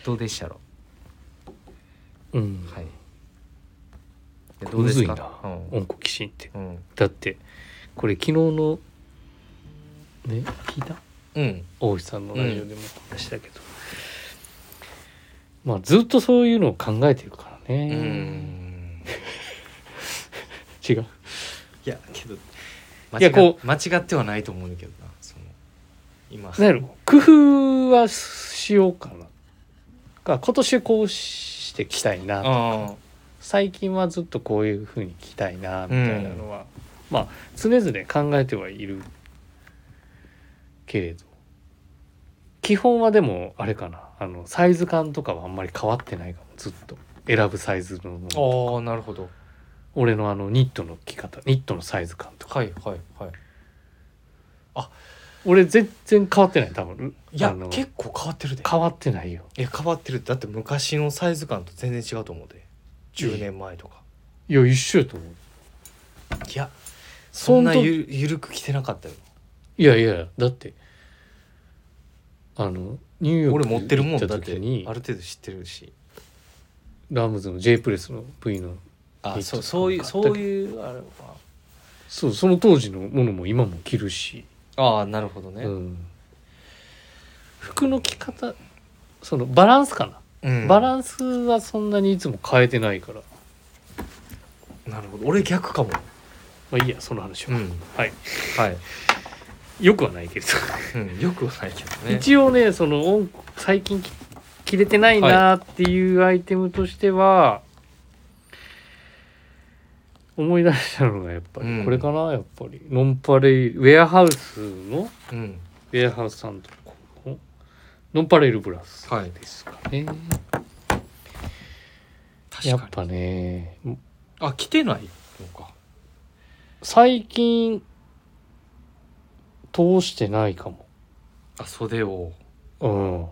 Speaker 1: どうでしたろ
Speaker 2: うん
Speaker 1: うはい。でどう
Speaker 2: む
Speaker 1: で
Speaker 2: ず
Speaker 1: す
Speaker 2: い
Speaker 1: か
Speaker 2: な
Speaker 1: う
Speaker 2: 温故寄進って
Speaker 1: ん。うん。
Speaker 2: だってこれ昨日のね聞いた
Speaker 1: うん
Speaker 2: 大内さんのラジオでも話したけど、まあずっとそういうのを考えてるから
Speaker 1: う
Speaker 2: ね、
Speaker 1: ん
Speaker 2: 違う
Speaker 1: いやけど間
Speaker 2: いやこ
Speaker 1: 間違ってはないと思うんだけどなその今
Speaker 2: なんやろ工夫はしようかなか今年こうしていきたいなと
Speaker 1: ああ
Speaker 2: 最近はずっとこういうふうに聞きたいなみたいなのは、まあ常々考えてはいるけれど基本はでもあれかなあのサイズ感とかはあんまり変わってないかもずっと選ぶサイズのも
Speaker 1: あ
Speaker 2: の
Speaker 1: ーなるほど
Speaker 2: 俺のあのニットの着方ニットのサイズ感とか
Speaker 1: はいはいはい
Speaker 2: 俺全然変わってない多分
Speaker 1: いや
Speaker 2: あの
Speaker 1: 結構変わってるで
Speaker 2: 変わってないよ
Speaker 1: いや変わってるだって昔のサイズ感と全然違うと思うで10年前とか
Speaker 2: いや一緒やと思う
Speaker 1: いやそんな
Speaker 2: そんと
Speaker 1: ゆゆるく着てなかったよ
Speaker 2: いやいやだってあのニューヨー
Speaker 1: 俺
Speaker 2: ク
Speaker 1: 持ってるもん
Speaker 2: 行
Speaker 1: だ
Speaker 2: った
Speaker 1: ってあ
Speaker 2: 時
Speaker 1: る
Speaker 2: に
Speaker 1: 程度知ってるし
Speaker 2: ラムズの J プレスの V の
Speaker 1: あ
Speaker 2: ニット
Speaker 1: そう
Speaker 2: とか
Speaker 1: そういうそうい
Speaker 2: 買ったり
Speaker 1: うあれは
Speaker 2: そうその当時のものも今も着るし、
Speaker 1: ああなるほどね
Speaker 2: うん、服の着方そのバランスかな、
Speaker 1: うん
Speaker 2: バランスはそんなにいつも変えてないから
Speaker 1: なるほど俺逆かも
Speaker 2: まあいいやその話
Speaker 1: う
Speaker 2: は、
Speaker 1: ん
Speaker 2: はい
Speaker 1: はい、
Speaker 2: よくはないけど、
Speaker 1: うん、よくはないけどね
Speaker 2: 一応ねその音最近き着れてないなっていうアイテムとしては、思い出したのがやっぱ
Speaker 1: う
Speaker 2: り
Speaker 1: ん
Speaker 2: これかな、やっぱりノンパレイウェアハウスの
Speaker 1: うん
Speaker 2: ウェアハウスさんとこのノンパレイルブラウス
Speaker 1: はい
Speaker 2: ですかね、や
Speaker 1: 確
Speaker 2: っ
Speaker 1: かに
Speaker 2: ぱね
Speaker 1: あ着てないのか
Speaker 2: 最近通してないかも
Speaker 1: あ袖を
Speaker 2: うん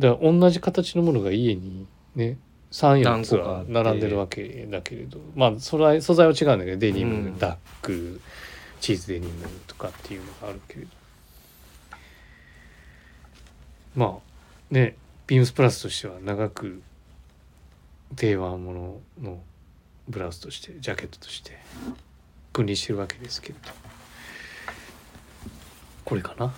Speaker 2: だから同じ形のものが家にね34つ
Speaker 1: 何個かあ
Speaker 2: は
Speaker 1: って
Speaker 2: 並んでるわけだけれどまあそれは素材は違うんだけどデニム、
Speaker 1: うん
Speaker 2: ダックチーズデニムとかっていうのがあるけれどまあねビームスプラスとしては長く定番もののブラウスとしてジャケットとして君臨してるわけですけれどこれかな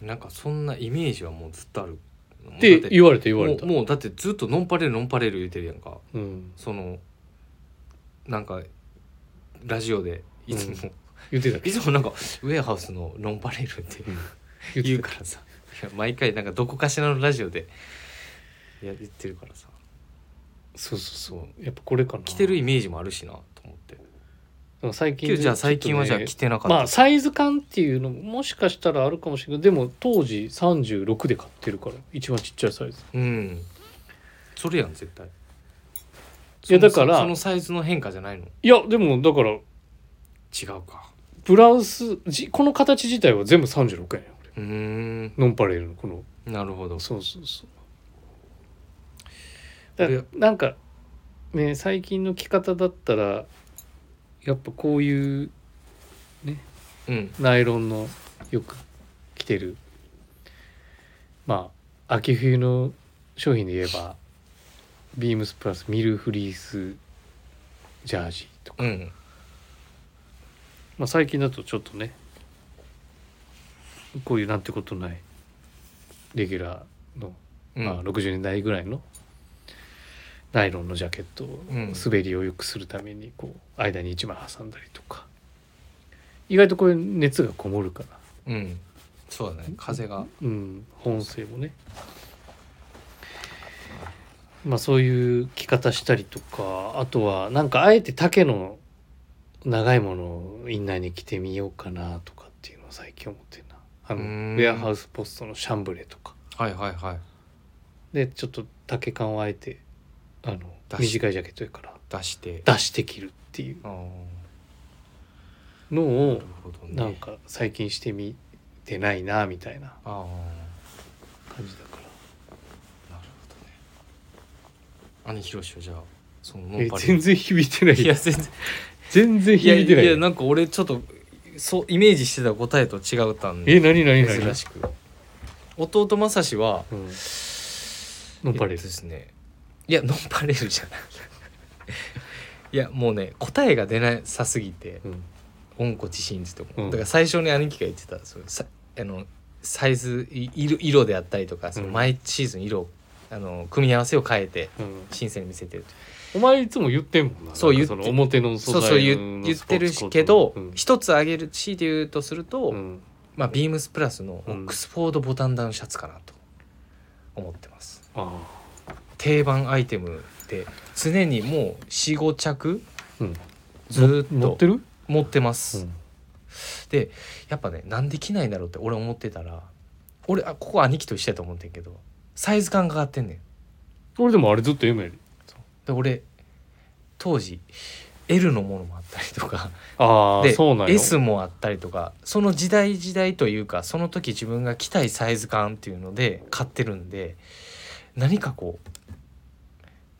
Speaker 1: なんかそんなイメージはもうずっとある
Speaker 2: っ
Speaker 1: だ
Speaker 2: て
Speaker 1: って
Speaker 2: 言われて言われた
Speaker 1: もうもうだってずっとノンパレルノンパレル言うてるやんか
Speaker 2: うん、
Speaker 1: そのなんかラジオでいつも、
Speaker 2: 言ってたっ け
Speaker 1: いつもなんかウェアハウスのノンパレルって
Speaker 2: 言
Speaker 1: 言
Speaker 2: っ
Speaker 1: う
Speaker 2: て
Speaker 1: か
Speaker 2: たっ
Speaker 1: らさいや毎回なんかどこかしらのラジオでいや言ってるからさ
Speaker 2: けそうそうそうやっぱこれかな
Speaker 1: 着てるイメージもあるしなと思って
Speaker 2: そう最近
Speaker 1: けどじゃあ最近はじゃあ
Speaker 2: ちょっ
Speaker 1: 着てなかっ
Speaker 2: と
Speaker 1: た、
Speaker 2: ねまあサイズ感っていうのももしかしたらあるかもしれないでも当時36で買ってるから一番ちっちゃいサイズ
Speaker 1: うんそれやん絶対
Speaker 2: いやだか
Speaker 1: そ
Speaker 2: ら
Speaker 1: のそのサイズの変化じゃないの
Speaker 2: いやでもだから
Speaker 1: 違うか
Speaker 2: ブラウスじこの形自体は全部36円よ俺
Speaker 1: うーん
Speaker 2: ノンパレルのこの
Speaker 1: なるほど
Speaker 2: そうそうそうだ
Speaker 1: 俺
Speaker 2: なんかね最近の着方だったらやっぱこういう
Speaker 1: うん
Speaker 2: ナイロンのよく着てるまあ秋冬の商品で言えばビームスプラスミルフリースジャージとか、
Speaker 1: うん
Speaker 2: まあ、最近だとちょっとねこういうなんてことないレギュラーの、
Speaker 1: うん
Speaker 2: まあ、60年代ぐらいのナイロンのジャケットを
Speaker 1: うん
Speaker 2: 滑りを良くするためにこう間に1枚挟んだりとか意外とこれ熱がこもるから
Speaker 1: うんそうだね風が
Speaker 2: うん、本性もね。まあそういう着方したりとかあとはなんかあえて丈の長いものをインナーに着てみようかなとかっていうのは最近思ってるなあの
Speaker 1: う
Speaker 2: ウ
Speaker 1: ーん
Speaker 2: ェアハウスポストのシャンブレとか
Speaker 1: はいはいはい
Speaker 2: でちょっと丈感をあえてあの
Speaker 1: 出し
Speaker 2: 短いジャケットやから
Speaker 1: 出して
Speaker 2: 出して着るっていう
Speaker 1: ああ
Speaker 2: の
Speaker 1: な
Speaker 2: を
Speaker 1: るほどね
Speaker 2: なんか最近してみてないなみたいな
Speaker 1: ああ
Speaker 2: 感じだから。
Speaker 1: なるほどね兄ひろしはじゃあそのノ
Speaker 2: え
Speaker 1: ンパレ
Speaker 2: 全然響いてない
Speaker 1: いや全然
Speaker 2: 全然
Speaker 1: いや
Speaker 2: 響いてない
Speaker 1: いやなんか俺ちょっとそうイメージしてた答えと違うたんで
Speaker 2: え何何何
Speaker 1: 珍しく弟正志は
Speaker 2: うん、ノンパレ
Speaker 1: えっ
Speaker 2: ル
Speaker 1: とですねいやノンパレルじゃないいやもうね答えが出なさすぎて
Speaker 2: うん
Speaker 1: 温故知新ですと、
Speaker 2: うん
Speaker 1: だから最初に兄貴が言ってたそのさあのサイズい色色であったりとかその
Speaker 2: うん
Speaker 1: 毎シーズン色をあの組み合わせを変えて
Speaker 2: うん
Speaker 1: 新鮮に見せてると
Speaker 2: お前いつも言ってんもんな
Speaker 1: そう
Speaker 2: なんかの表の素
Speaker 1: そう
Speaker 2: 材
Speaker 1: そう
Speaker 2: の
Speaker 1: 言言っ
Speaker 2: スポ
Speaker 1: てる
Speaker 2: ーツコート
Speaker 1: けど
Speaker 2: うん
Speaker 1: 一、つ挙げる強いて言うとすると、
Speaker 2: うん
Speaker 1: まあ、ビームスプラスのオ
Speaker 2: うん
Speaker 1: ックスフォードボタンダウンシャツかなと思ってます、
Speaker 2: あ
Speaker 1: 定番アイテムで常にもう45着
Speaker 2: あうん
Speaker 1: ずーっ
Speaker 2: 乗
Speaker 1: と
Speaker 2: ってる
Speaker 1: 持ってます、
Speaker 2: うん
Speaker 1: でやっぱねなんで着ないんだろうって俺思ってたら俺あここ兄貴と一緒やと思ってんけどサイズ感が上がってんねん
Speaker 2: 俺でもあれずっと夢
Speaker 1: で俺当時 L のものもあったりとか
Speaker 2: ああ
Speaker 1: で
Speaker 2: そうなんよ
Speaker 1: S もあったりとかその時代時代というかその時自分が着たいサイズ感っていうので買ってるんで何かこ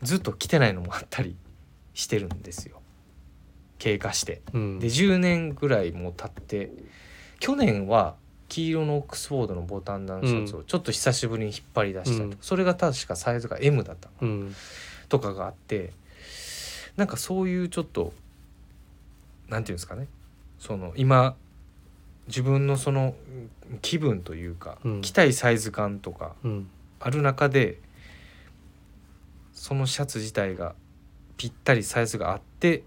Speaker 1: うずっと着てないのもあったりしてるんですよ経過して
Speaker 2: うん
Speaker 1: で10年ぐらいもう経って去年は黄色のオックスフォードのボタンダウンシャツをちょっと久しぶりに引っ張り出したりとか、
Speaker 2: うん
Speaker 1: それが確かサイズが M だったの
Speaker 2: うん
Speaker 1: とかがあってなんかそういうちょっとなんていうんですかねその今自分のそのうん気分というか、
Speaker 2: うん
Speaker 1: 着たいサイズ感とか
Speaker 2: うん
Speaker 1: ある中でそのシャツ自体がぴったりサイズがあって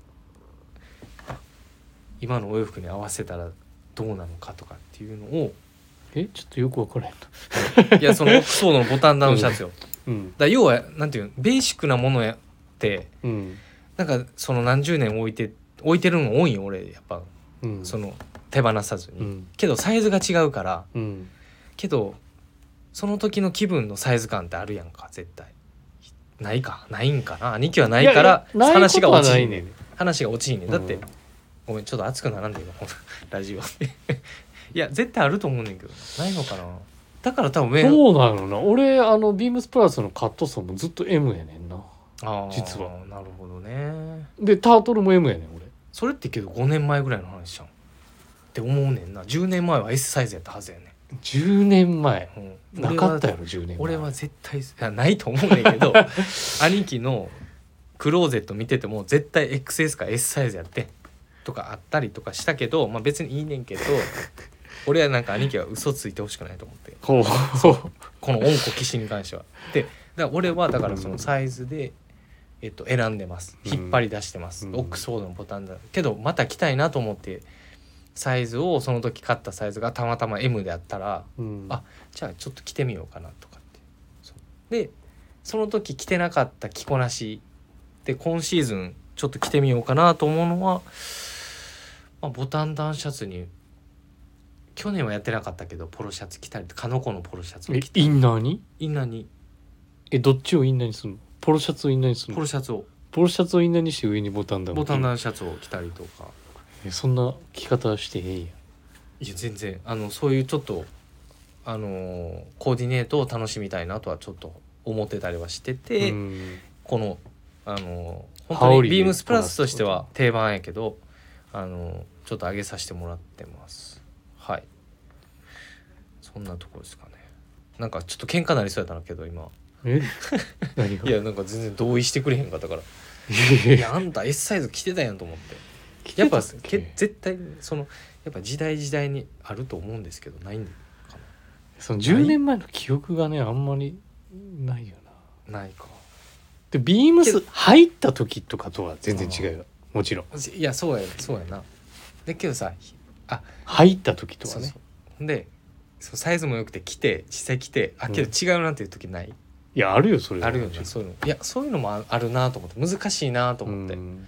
Speaker 1: 今のお洋服に合わせたらどうなのかとかっていうの を
Speaker 2: えちょっとよくわからへんない
Speaker 1: やそのオックスフォードのボタンダウンシャツよ。だか
Speaker 2: うん
Speaker 1: ら要はなんていうのベーシックなものやって
Speaker 2: うん
Speaker 1: なんかその何十年置いて置いてるの多いよ俺やっぱ
Speaker 2: うん
Speaker 1: その手放さずに、
Speaker 2: うん
Speaker 1: けどサイズが違うから
Speaker 2: うん
Speaker 1: けどその時の気分のサイズ感ってあるやんか絶対ないかないんかな兄貴はないから
Speaker 2: ややない
Speaker 1: 話
Speaker 2: こ
Speaker 1: が
Speaker 2: とは
Speaker 1: 落ち
Speaker 2: な
Speaker 1: ひ
Speaker 2: い
Speaker 1: んね
Speaker 2: ね
Speaker 1: ん話が落ちひんねんだって、
Speaker 2: うん
Speaker 1: ごめんちょっと熱くならんでよ ラジオいや絶対あると思うねんけどないのかなだから多分上
Speaker 2: どうなのな俺あのビームスプラスのカットソーもずっと M やねんな
Speaker 1: あー
Speaker 2: 実は
Speaker 1: なるほどね
Speaker 2: でタートルも M やねん俺
Speaker 1: それってけど5年前ぐらいの話じゃんって思うねんな10年前は S サイズやったはずやね
Speaker 2: 10年前
Speaker 1: ん、うん
Speaker 2: なかったやろ10年前
Speaker 1: 俺は俺は絶対いやないと思うねんけど兄貴のクローゼット見てても絶対 XS か S サイズやってんとかあったりとかしたけど、まあ、別にいいねんけど俺はなんか兄貴は嘘ついてほしくないと思って
Speaker 2: ほう
Speaker 1: この温故騎士に関しては。でだから俺はだからそのサイズで、えっと、選んでます
Speaker 2: うん
Speaker 1: 引っ張り出してます、
Speaker 2: うん
Speaker 1: オックスフォードのボタンだけどまた着たいなと思ってサイズをその時買ったサイズがたまたま M であったら
Speaker 2: うん
Speaker 1: あじゃあちょっと着てみようかなとかってそうでその時着てなかった着こなしで今シーズンちょっと着てみようかなと思うのは、まあ、ボタンダウンシャツに去年はやってなかったけどポロシャツ着たりかのこのポロシャツを
Speaker 2: え
Speaker 1: 着て
Speaker 2: インナーに
Speaker 1: インナーに
Speaker 2: えどっちをインナーにするのポロシャツをインナーにする
Speaker 1: ポ
Speaker 2: の
Speaker 1: ロシャツを
Speaker 2: ポロシャツをインナーにして上にボタンだもん
Speaker 1: ボタンダウンシャツを着たりとか
Speaker 2: えそんな着方してええんや
Speaker 1: いや全然あのそういうちょっとあのーコーディネートを楽しみたいなとはちょっと思ってたりはしてて、
Speaker 2: うん
Speaker 1: このあの本
Speaker 2: 羽
Speaker 1: 当
Speaker 2: 織
Speaker 1: に
Speaker 2: で
Speaker 1: ビームスプラスとしては定番やけどあのちょっと上げさせてもらってますはいそんなとこですかねなんかちょっと喧嘩なりそうやったんだけど今
Speaker 2: え何が
Speaker 1: いやなんか全然同意してくれへんかったから いやあんた S サイズ着てたやんと思ってやっぱけ絶対そのやっぱ時代時代にあると思うんですけどないん
Speaker 2: その10年前の記憶がねあんまりないよな
Speaker 1: ないか
Speaker 2: でビームス
Speaker 1: け
Speaker 2: 入った時とかとは全然違うよもちろん
Speaker 1: いやそうやそうやなだけどさ
Speaker 2: 入った時と
Speaker 1: そう
Speaker 2: はね
Speaker 1: そうほんでそうサイズも良くて着て実際着てあけど違うなっていう時ない、
Speaker 2: いやあるよそれは
Speaker 1: あるよねそういうのいやそういうのもああるなと思って難しいなと
Speaker 2: う
Speaker 1: 思って、
Speaker 2: ん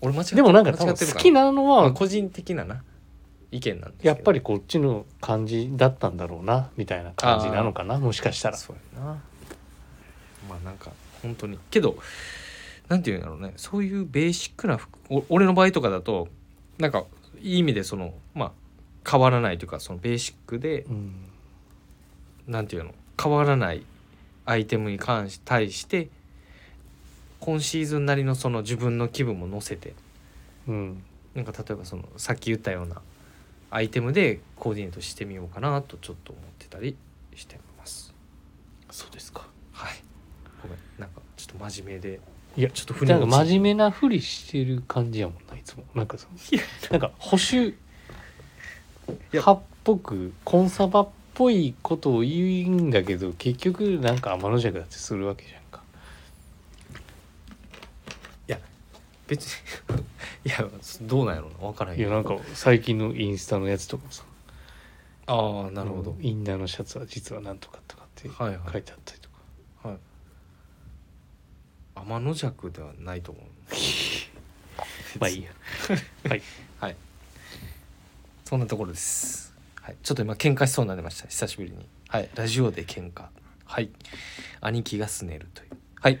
Speaker 1: 俺間違って
Speaker 2: でもなんか多
Speaker 1: 間違
Speaker 2: 分
Speaker 1: ってる
Speaker 2: 好
Speaker 1: か
Speaker 2: きなの
Speaker 1: まあ
Speaker 2: は
Speaker 1: 個人的なな意見なんですけど
Speaker 2: やっぱりこっちの感じだったんだろうなみたいな感じなのかなもしかしたら
Speaker 1: そうやなまあなんか本当にけどなんていうんだろうねそういうベーシックな服お俺の場合とかだとなんかいい意味でそのまあ変わらないというかそのベーシックで
Speaker 2: うん
Speaker 1: なんていうの変わらないアイテムに関し対して今シーズンなりのその自分の気分も乗せて
Speaker 2: うん
Speaker 1: なんか例えばそのさっき言ったようなアイテムでコーディネートしてみようかなとちょっと思ってたりしてます
Speaker 2: そうですか
Speaker 1: はいごめんなんかちょっと真面目で
Speaker 2: いや
Speaker 1: ちょっと
Speaker 2: なんか
Speaker 1: 落ち
Speaker 2: 真面目なふりしてる感じやもんないつもつもなんかそのなんか保守派っぽくコンサバっぽいことを言うんだけど結局なんか天の弱だってするわけじゃんか
Speaker 1: 別に いやどうなんやろうな分からへん
Speaker 2: いやなんか最近のインスタのやつとかもさ
Speaker 1: ああなるほど
Speaker 2: うん、インナーのシャツは実はなんとかとかって
Speaker 1: はいはい
Speaker 2: 書いてあったりとか、
Speaker 1: はい天の弱ではないと思う
Speaker 2: まあいい やはい
Speaker 1: はいそんなところです、はい、ちょっと今喧嘩しそうになりました久しぶりにはいラジオで喧嘩はい兄貴がすねるというはい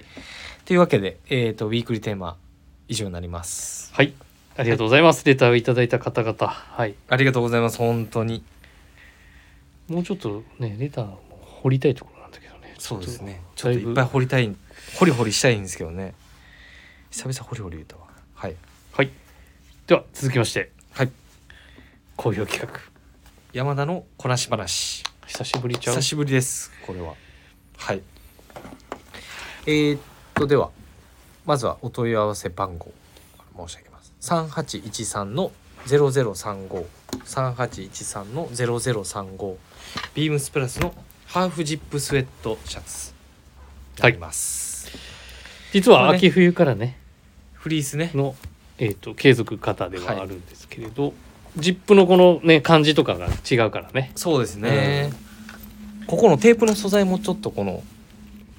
Speaker 1: というわけでえっ、とウィークリーテーマ以上になります
Speaker 2: はいありがとうございますレターをいただいた方々はい
Speaker 1: ありがとうございます本当に
Speaker 2: もうちょっとねレターも掘りたいところなんだけどね
Speaker 1: そうですねち
Speaker 2: ち
Speaker 1: ょ
Speaker 2: ょ
Speaker 1: っ
Speaker 2: っ
Speaker 1: と
Speaker 2: と
Speaker 1: い
Speaker 2: い
Speaker 1: っ
Speaker 2: っ
Speaker 1: ぱい
Speaker 2: ぱい
Speaker 1: 掘りたい掘り掘りしたいんですけどね久々掘り掘り言うたわはい
Speaker 2: はいでは続きまして
Speaker 1: はい
Speaker 2: 好評企画
Speaker 1: 山田のこなし話
Speaker 2: 久しぶりちゃう
Speaker 1: 久しぶりですこれははいえー、っとではまずはお問い合わせ番号から申し上げます3813の0035 3813の0035ビームスプラスのハーフジップスウェットシャツであります、
Speaker 2: 実
Speaker 1: ま
Speaker 2: は
Speaker 1: あね
Speaker 2: 秋冬からね
Speaker 1: フリースね
Speaker 2: の、えー、と継続型ではあるんですけれど、ジップのこのね感じとかが違うからね、
Speaker 1: そうですね、ここのテープの素材もちょっとこの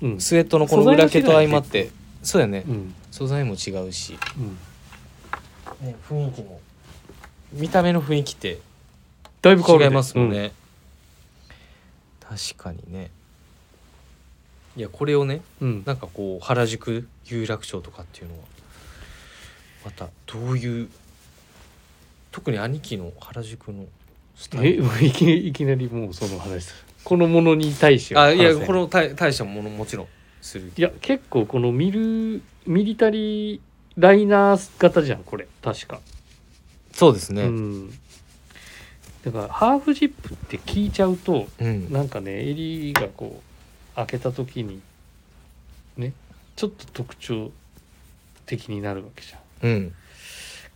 Speaker 2: うん
Speaker 1: スウェットのこの
Speaker 2: 素材が
Speaker 1: 裏毛と
Speaker 2: 違う
Speaker 1: 相
Speaker 2: ね
Speaker 1: まってそうだよね、
Speaker 2: うん
Speaker 1: 素材も違うし、
Speaker 2: うん、
Speaker 1: ね、雰囲気も見た目の雰囲気って
Speaker 2: だいぶ変わる
Speaker 1: 違い
Speaker 2: ね
Speaker 1: ますもん、ね、確かにねいやこれをね
Speaker 2: うんうん
Speaker 1: なんかこう原宿有楽町とかっていうのはまたどういう特に兄貴の原宿のスタイ
Speaker 2: え
Speaker 1: ル
Speaker 2: もういきなりいきなりもうその話するこのものに対しては
Speaker 1: あいや
Speaker 2: 話せな
Speaker 1: この大大したものもちろんする
Speaker 2: いや結構このミルミリタリーライナー型じゃんこれ確か、
Speaker 1: そうですね
Speaker 2: うんだからハーフジップって聞いちゃうと
Speaker 1: うん、
Speaker 2: なんかね襟がこう開けた時にねちょっと特徴的になるわけじゃ
Speaker 1: う
Speaker 2: ん
Speaker 1: ん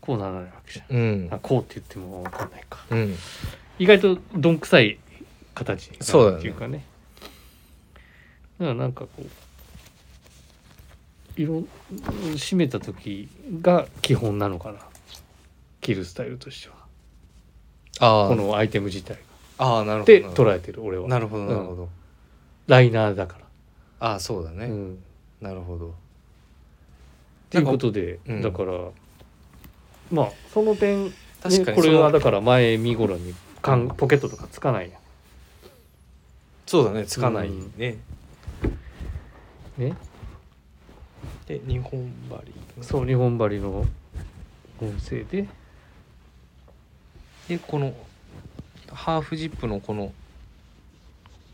Speaker 2: こうならないわけじゃ
Speaker 1: うん
Speaker 2: んあこうって言っても分かんないか
Speaker 1: うん、
Speaker 2: 意外とどんくさい形に
Speaker 1: そうだよ
Speaker 2: なる
Speaker 1: ね
Speaker 2: っていうかねだからなんかこう色締めた時が基本なのかな着るスタイルとしては
Speaker 1: あー
Speaker 2: このアイテム自体
Speaker 1: あーなるほど
Speaker 2: で
Speaker 1: なるほど
Speaker 2: 捉えてる俺は
Speaker 1: なるほどなるほど、
Speaker 2: ライナーだか
Speaker 1: ああそうだね、
Speaker 2: ら。うん
Speaker 1: なるほど
Speaker 2: ということで、
Speaker 1: うん
Speaker 2: だからまあその点、ね、
Speaker 1: 確かに
Speaker 2: こ
Speaker 1: そ
Speaker 2: れ
Speaker 1: の
Speaker 2: はだから前見頃にかんポケットとかつかないや
Speaker 1: そうだねつかないね、
Speaker 2: んね
Speaker 1: で日本針
Speaker 2: そう日本針の音声で
Speaker 1: でこのハーフジップのこの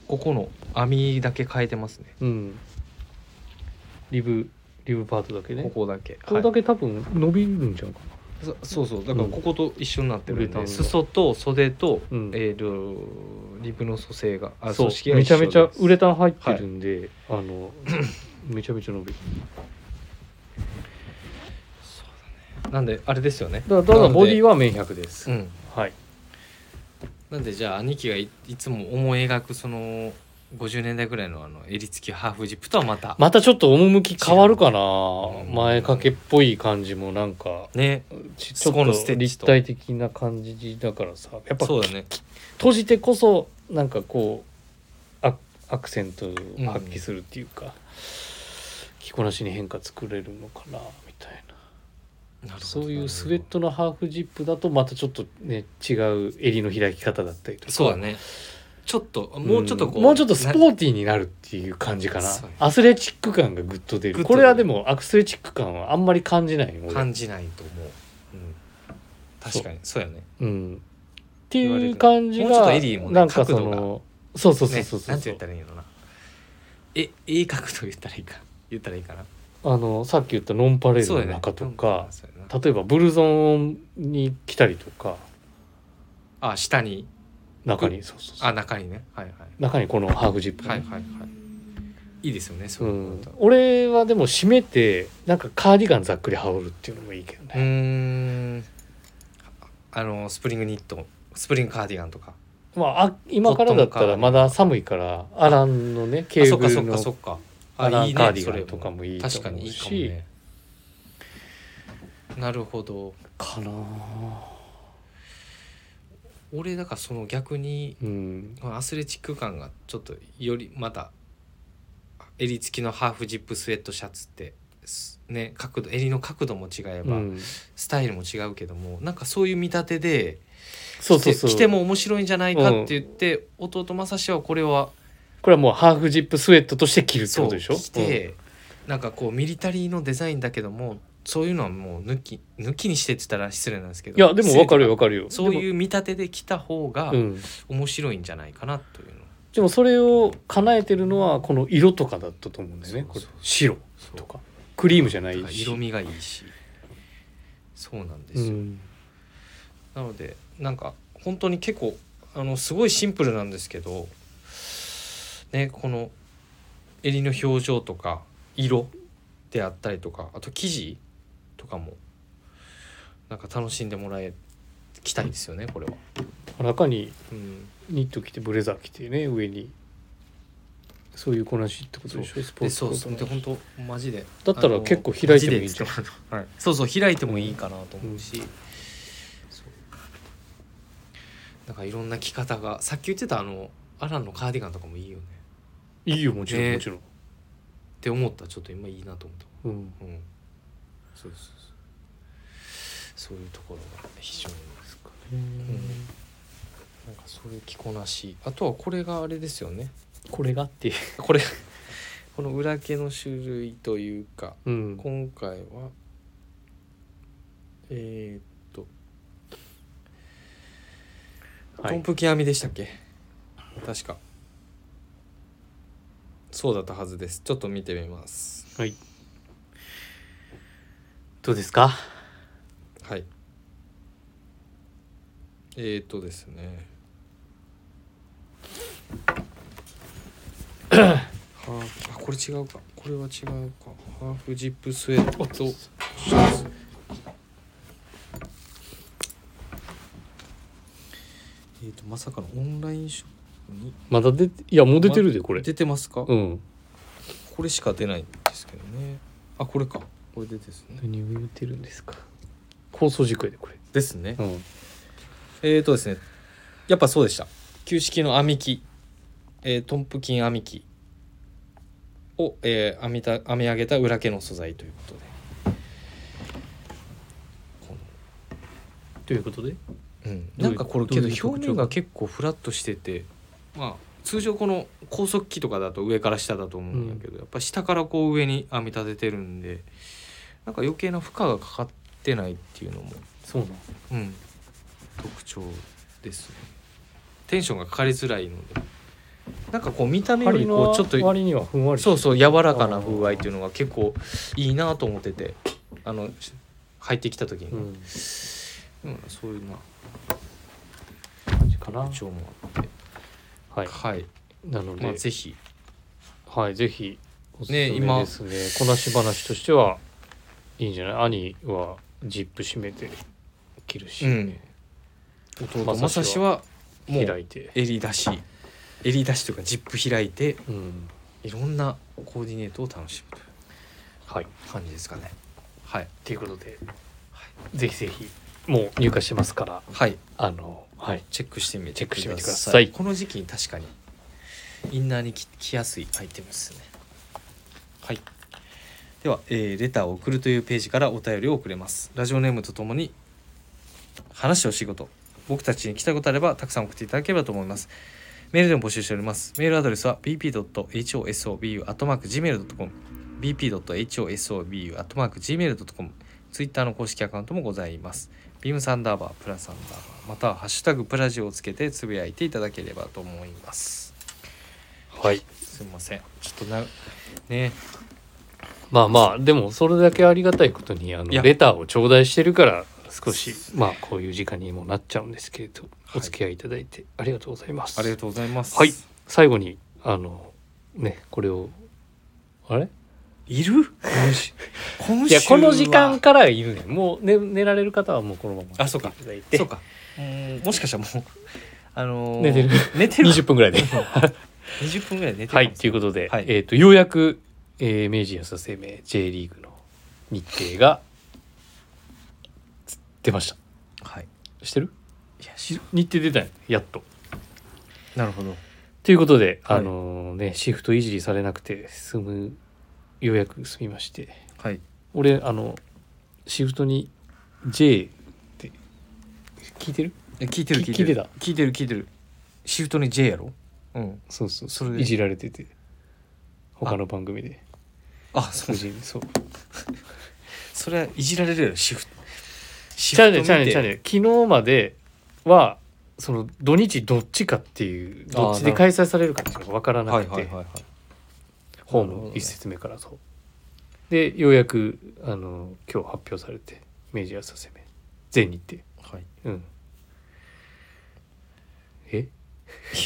Speaker 1: ここの編みだけ変えてますね
Speaker 2: うんリブリブパートだけね
Speaker 1: ここだけ
Speaker 2: これだけ多分伸びるんじゃんかな、
Speaker 1: はいそそうそうだから
Speaker 2: うん
Speaker 1: ここと一緒になってるんで、
Speaker 2: ウレタンが
Speaker 1: 裾と袖と、
Speaker 2: うん
Speaker 1: えーとリブの蘇生があ
Speaker 2: そう
Speaker 1: 組織が
Speaker 2: め
Speaker 1: 一
Speaker 2: ち
Speaker 1: 緒
Speaker 2: ゃめちゃウレ
Speaker 1: た
Speaker 2: タン入ってるんで、あの めちゃめちゃ伸びる
Speaker 1: なんであれですよね
Speaker 2: だからただボディ
Speaker 1: は
Speaker 2: は綿100です、
Speaker 1: うん
Speaker 2: はい
Speaker 1: なんでじゃあ兄貴がいいつも思い描くその50年代ぐらいのあの襟付きハーフジップとはまた、
Speaker 2: またちょっと趣変わるかな
Speaker 1: うん
Speaker 2: 前掛けっぽい感じもなんか
Speaker 1: ね
Speaker 2: ちち
Speaker 1: そ
Speaker 2: ょっ
Speaker 1: このステ
Speaker 2: と
Speaker 1: ッチ
Speaker 2: 立
Speaker 1: と
Speaker 2: 体的な感じだからさやっぱ
Speaker 1: そう
Speaker 2: 閉
Speaker 1: だね
Speaker 2: じてこそなんかこうアアクセントを発揮するっていうか、着こなしに変化作れるのかなみたいなそういうスウェットのハーフジップだとまたちょっとね違う襟の開き方だったりとか
Speaker 1: そうだねちょっともうちょっとこう、
Speaker 2: んもうちょっとス
Speaker 1: な
Speaker 2: ポーティーになるっていう感じかな
Speaker 1: そう
Speaker 2: アスレチック感がぐっと出
Speaker 1: グッと出
Speaker 2: るこ
Speaker 1: る
Speaker 2: れはでもアスレチック感はあんまり感じない俺
Speaker 1: 感じないと思う、うん、確かにそうやね
Speaker 2: うんっていう感じ
Speaker 1: もうちょっと
Speaker 2: が
Speaker 1: エリーもね
Speaker 2: なんかそ
Speaker 1: 角度
Speaker 2: のそうそうそうそう
Speaker 1: ね
Speaker 2: そ
Speaker 1: な
Speaker 2: うん
Speaker 1: て言ったらいいのかなえ鋭角と言ったらいいか言ったらいいかな
Speaker 2: あのさっき言ったノンパレー
Speaker 1: そう
Speaker 2: ド
Speaker 1: だ
Speaker 2: の
Speaker 1: ね
Speaker 2: 中と
Speaker 1: うん
Speaker 2: か
Speaker 1: そうやな
Speaker 2: 例えばブルゾンに来たりとか
Speaker 1: あ下に
Speaker 2: 中に
Speaker 1: う
Speaker 2: そうそうそう
Speaker 1: あ中にねはいはい
Speaker 2: 中にこのハーフジップね、
Speaker 1: はいはいはいいいですよねそうういうこ
Speaker 2: ん
Speaker 1: と、
Speaker 2: 俺はでも締めてなんかカーディガンざっくり羽織るっていうのもいいけど
Speaker 1: う
Speaker 2: ね、
Speaker 1: ーんあのスプリングニットスプリングカーディガンとか
Speaker 2: まああ今からだったらまだ寒いからアランのねケ
Speaker 1: あ
Speaker 2: ー
Speaker 1: そっ
Speaker 2: ブ
Speaker 1: か
Speaker 2: ル
Speaker 1: そっか
Speaker 2: の
Speaker 1: そっか
Speaker 2: アラ
Speaker 1: あ
Speaker 2: ン
Speaker 1: いい
Speaker 2: カー
Speaker 1: ね
Speaker 2: ディ
Speaker 1: そ
Speaker 2: ガ
Speaker 1: れ
Speaker 2: ンとかもいいと
Speaker 1: 確か
Speaker 2: 思
Speaker 1: に
Speaker 2: う
Speaker 1: いいかも
Speaker 2: し
Speaker 1: ねなるほど
Speaker 2: かなあ
Speaker 1: 俺だからその逆に
Speaker 2: うん
Speaker 1: このアスレチック感がちょっとよりまた襟付きのハーフジップスウェットシャツってすね角度襟の角度も違えば、
Speaker 2: うん
Speaker 1: スタイルも違うけどもなんかそういう見立てで
Speaker 2: そうそうそう
Speaker 1: 着て着ても面白いんじゃないかって言って、弟正志はこれは
Speaker 2: これはもうハーフジップスウェットとして着るって
Speaker 1: そ
Speaker 2: こ
Speaker 1: う
Speaker 2: とでしょ
Speaker 1: 着て、なんかこうミリタリーのデザインだけどもそういうのはもう抜き抜きにしてって言ったら失礼なんですけ
Speaker 2: うん
Speaker 1: ど
Speaker 2: いやでも分かるよ
Speaker 1: 失
Speaker 2: 分かるよ
Speaker 1: 礼そういうう見立てで着た方が
Speaker 2: うん、
Speaker 1: 面白いんじゃないかなというの、
Speaker 2: でもそれを叶えてるのはこの色とかだったと思うんだよね
Speaker 1: そうそう
Speaker 2: これ白
Speaker 1: そう
Speaker 2: とかクリームじゃないし
Speaker 1: 色味がいいしそうなんで
Speaker 2: う
Speaker 1: すよ、
Speaker 2: ん
Speaker 1: なのでなんか本当に結構あのすごいシンプルなんですけどねこの襟の表情とか色であったりとかあと生地とかもなんか楽しんでもらえきたいですよねこれは。
Speaker 2: 中に
Speaker 1: うん、
Speaker 2: ニット着てブレザー着てね上にそういうこなしってことでしょスポー
Speaker 1: で
Speaker 2: ツコ
Speaker 1: そうそう
Speaker 2: ー
Speaker 1: で
Speaker 2: トの
Speaker 1: 本当マジで
Speaker 2: だったら
Speaker 1: あの
Speaker 2: 結構開いてもいいんじゃん
Speaker 1: マジでってはい、そうそう開いてもいいかなと思うし、そうなんかいろんな着方がさっき言ってたあのアランのカーディガンとかもいいよね
Speaker 2: いいよもちろん、
Speaker 1: ね
Speaker 2: もちろん、
Speaker 1: って思ったちょっと今いいなと思った
Speaker 2: うん、
Speaker 1: うんそうそうそうそういうところが非常にですかなんかそういう着こなしあとはこれがあれですよね
Speaker 2: これがっていう、
Speaker 1: これこの裏毛の種類というか
Speaker 2: うん、
Speaker 1: 今回はえーっと、
Speaker 2: は
Speaker 1: トン
Speaker 2: い
Speaker 1: プキ編みでしたっけ確かそうだったはずですちょっと見てみます
Speaker 2: はいどうですか
Speaker 1: はいえー、っとですね ハーフあこれ違うかこれは違うかハーフジップスウェットシャツえー、とまさかのオンラインショップに
Speaker 2: まだ出ていやもう出てるでこれ、
Speaker 1: 出てますか、
Speaker 2: うん
Speaker 1: これしか出ないんですけどねあこれかこれでですね
Speaker 2: 何を言ってるんですか放送軸やでこれ
Speaker 1: ですね
Speaker 2: うん
Speaker 1: えーとですね、やっぱそうでした。旧式の編み機、えートンプキン編み機を、えー編みた編み上げた裏毛の素材ということで。こ
Speaker 2: ということで
Speaker 1: のうん、なんかこれ
Speaker 2: どう
Speaker 1: けど
Speaker 2: いうどういう特徴
Speaker 1: 表面が結構フラットしてて、まあ通常この高速機とかだと上から下だと思うんだけど、やっぱ下からこう上に編み立ててるんで、なんか余計な負荷がかかってないっていうのも
Speaker 2: そうなん
Speaker 1: うん、特徴ですねテンションがかかりづらいのでなんかこう見た目よ
Speaker 2: 針
Speaker 1: りこ
Speaker 2: の
Speaker 1: うちょっと
Speaker 2: 割にはふんわり
Speaker 1: そう
Speaker 2: う
Speaker 1: そう柔らかな風合いっていうのが結構いいなと思っててあのし入ってきた時に、
Speaker 2: うん
Speaker 1: うんそういうな
Speaker 2: 感じかな
Speaker 1: 特徴もあって
Speaker 2: はい
Speaker 1: はい、
Speaker 2: なので、
Speaker 1: まあ、ぜひ
Speaker 2: はい、ぜひおすすめ
Speaker 1: ね今
Speaker 2: ですねこなし話としてはいいんじゃない兄はジップ閉めて着るし、
Speaker 1: うん弟
Speaker 2: 正志は
Speaker 1: 正志はもう
Speaker 2: 開いて、
Speaker 1: 襟出し襟出しというかジップ開いて
Speaker 2: うん、
Speaker 1: いろんなコーディネートを楽しむとい
Speaker 2: はい
Speaker 1: う
Speaker 2: っ
Speaker 1: 感じですかねはい
Speaker 2: ていうことで、ぜひぜひもう入荷してますから
Speaker 1: はい
Speaker 2: あのはい
Speaker 1: チェックしてみて
Speaker 2: チェックしてみてください
Speaker 1: この時期に確かにインナーにき着やすいアイテムですねはいでは、えーレターを送る」というページからお便りを送れますラジオネームとともに話を仕事僕たちに来たことあればたくさん送っていただければと思いますメールでも募集しておりますメールアドレスは bp.hosobu.gmail.com bp.hosobu.gmail.com ツイッターの公式アカウントもございますビームサンダーバープラサンダーバーまたは「ハッシュタグプラジオ」をつけてつぶやいていただければと思います
Speaker 2: はい
Speaker 1: すいませんちょっとなね
Speaker 2: まあまあでもそれだけありがたいことにあの
Speaker 1: いや
Speaker 2: レターを頂戴してるから少しまあこういう時間にもなっちゃうんですけれど、
Speaker 1: はい
Speaker 2: お付き合いいただいてありがとうございます
Speaker 1: ありがとうございます
Speaker 2: はい最後にあのねこれをあれ
Speaker 1: いる今週今
Speaker 2: いやこの時間
Speaker 1: は
Speaker 2: からいるねもう寝寝られる方はもうこのまま
Speaker 1: あそうか
Speaker 2: 寝ていただいて
Speaker 1: そうかうんもしかしたらもうあのー
Speaker 2: 寝てる
Speaker 1: 寝てる
Speaker 2: 20分ぐらいで
Speaker 1: 20分ぐらい寝てるか
Speaker 2: は
Speaker 1: も
Speaker 2: いということで、
Speaker 1: はい
Speaker 2: えー、とようやく、えー明治安田生命 J リーグの日程がつ出ました
Speaker 1: はい
Speaker 2: してる
Speaker 1: いや知らん
Speaker 2: 日程出たんややっと
Speaker 1: なるほど
Speaker 2: ということで、
Speaker 1: はい
Speaker 2: あのねシフトいじりされなくて済むようやく済みまして
Speaker 1: はい
Speaker 2: 俺あのシフトに J って聞いてる
Speaker 1: え聞いてる
Speaker 2: き
Speaker 1: 聞いてる
Speaker 2: 聞
Speaker 1: 聞
Speaker 2: いて
Speaker 1: いてる聞いてるシフトに J やろうん
Speaker 2: そうそう
Speaker 1: それで
Speaker 2: いじられてて他の番組で
Speaker 1: あそう
Speaker 2: 無事にそう
Speaker 1: それはいじられるよシフトシ
Speaker 2: チャンネルチャンネルチャン
Speaker 1: ル
Speaker 2: ネル昨日まではその土日どっちかっていう
Speaker 1: あー
Speaker 2: どっちで開催されるかっていうのが分からな
Speaker 1: はい
Speaker 2: くて、
Speaker 1: はいはいはい
Speaker 2: ホー
Speaker 1: なるほ
Speaker 2: ム
Speaker 1: どね
Speaker 2: 一節目からそうでようやくあの今日発表されて明治安田攻め全日程
Speaker 1: はい
Speaker 2: うん
Speaker 1: い
Speaker 2: え
Speaker 1: やい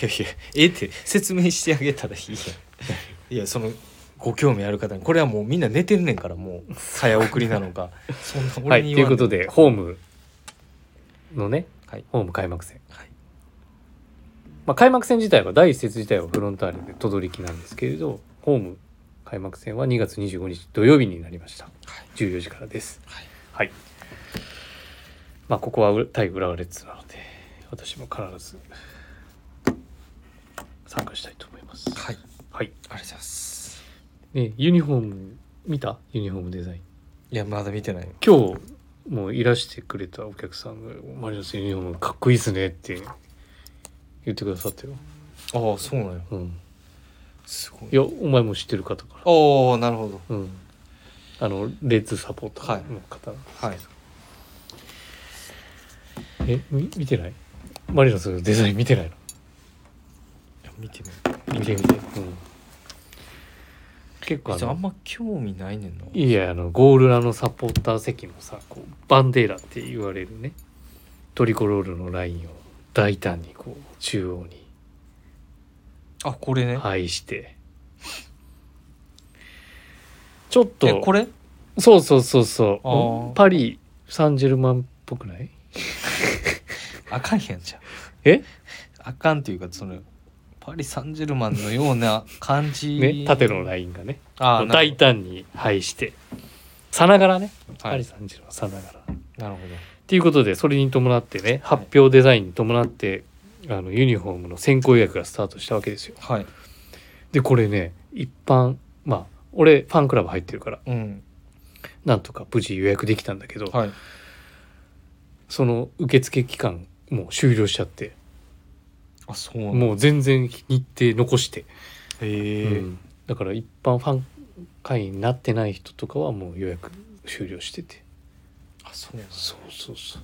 Speaker 1: やえって説明してあげたらいいやんいやそのご興味ある方にこれはもうみんな寝てんねんからもう早送りなのかそんな
Speaker 2: は
Speaker 1: 俺
Speaker 2: いと
Speaker 1: に
Speaker 2: い
Speaker 1: 言
Speaker 2: う
Speaker 1: わん
Speaker 2: こ
Speaker 1: でも
Speaker 2: とでホームのね、
Speaker 1: はい
Speaker 2: ホーム開幕戦、
Speaker 1: はい
Speaker 2: まあ、開幕戦自体は第一節自体はフロンターレで等々力なんですけれどホーム開幕戦は2月25日土曜日になりました、
Speaker 1: はい
Speaker 2: 14時からです
Speaker 1: はい
Speaker 2: はいまあここはう対浦和レッズなので私も必ず参加したいと思います
Speaker 1: はいあり
Speaker 2: はい
Speaker 1: がとうございます
Speaker 2: ねユニフォーム見たユニフォームデザイン
Speaker 1: いやまだ見てない
Speaker 2: 今日もういらしてくれたお客さんが「マリノスユニフォームかっこいいですね」って言ってくださったよ、
Speaker 1: ああそうなんや
Speaker 2: うん、
Speaker 1: すごい
Speaker 2: いやお前も知ってる方から、
Speaker 1: おおなるほど
Speaker 2: うん、あのレッズサポーターの方、
Speaker 1: はい
Speaker 2: えみ見てないマリノスのデザイン見てない
Speaker 1: いや見てない
Speaker 2: の見て見て、うん、結構あ
Speaker 1: 別にあ
Speaker 2: の
Speaker 1: んま興味ないねんない
Speaker 2: やあのゴールラのサポーター席のさこうバンデーラって言われるねトリコロールのラインを大胆にこう中央に
Speaker 1: あこれね
Speaker 2: 愛してちょっ
Speaker 1: え
Speaker 2: と
Speaker 1: これ
Speaker 2: そうそうそう
Speaker 1: あ
Speaker 2: そ
Speaker 1: ー
Speaker 2: うパリ・サンジェルマンっぽくない
Speaker 1: あかんやんじゃん
Speaker 2: え
Speaker 1: あかんというかそのパリ・サンジェルマンのような感じ
Speaker 2: ね縦のラインがね
Speaker 1: ああなる
Speaker 2: 大
Speaker 1: ほ
Speaker 2: 胆に配してさながらね、
Speaker 1: どは
Speaker 2: パリ・
Speaker 1: い
Speaker 2: サンジェルマンさながら
Speaker 1: なるほど
Speaker 2: っていうことでそれに伴ってね発表デザインに伴って、あのユニフォームの先行予約がスタートしたわけですよ
Speaker 1: はい
Speaker 2: でこれね一般まあ俺ファンクラブ入ってるから
Speaker 1: うん
Speaker 2: なんとか無事予約できたんだけど、
Speaker 1: はい
Speaker 2: その受付期間もう終了しちゃって
Speaker 1: あそうなんだ
Speaker 2: もう全然日程残して、
Speaker 1: へえ
Speaker 2: うんだから一般ファン会員になってない人とかはもう予約終了してて
Speaker 1: あそうなんだ
Speaker 2: そうそうそう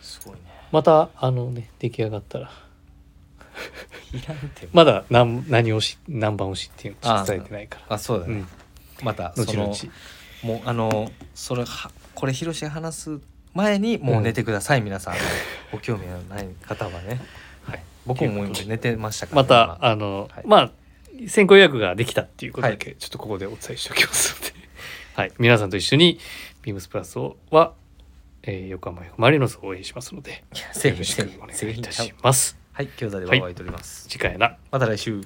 Speaker 1: すごいね
Speaker 2: またあのね出来上がったら
Speaker 1: いらんて
Speaker 2: まだ何何をし何番をしっていうの
Speaker 1: あ
Speaker 2: 伝えてないから
Speaker 1: あそうだ
Speaker 2: う
Speaker 1: ね
Speaker 2: ん
Speaker 1: またそ
Speaker 2: 後
Speaker 1: の
Speaker 2: 々
Speaker 1: もうあのそれはこれ広しが話す前にもう寝てください皆さんご興味のない方はね
Speaker 2: はい
Speaker 1: 僕ももう今寝てましたから
Speaker 2: ま
Speaker 1: ね
Speaker 2: た
Speaker 1: 今
Speaker 2: あの、
Speaker 1: はい
Speaker 2: まあ先行予約ができたっていうことだけ、ちょっとここでお伝えしておきますので、 はい、皆さんと一緒にビームスプラスをは、えー、横浜 F ・マリノスを応援しますので
Speaker 1: いや
Speaker 2: よ
Speaker 1: せ
Speaker 2: ろ
Speaker 1: ー
Speaker 2: しく
Speaker 1: せー
Speaker 2: お
Speaker 1: せ
Speaker 2: 願い
Speaker 1: ー
Speaker 2: い
Speaker 1: ち
Speaker 2: た
Speaker 1: ゃう
Speaker 2: します。
Speaker 1: はい、餃子でワイワイとります。
Speaker 2: 次回な
Speaker 1: また来週。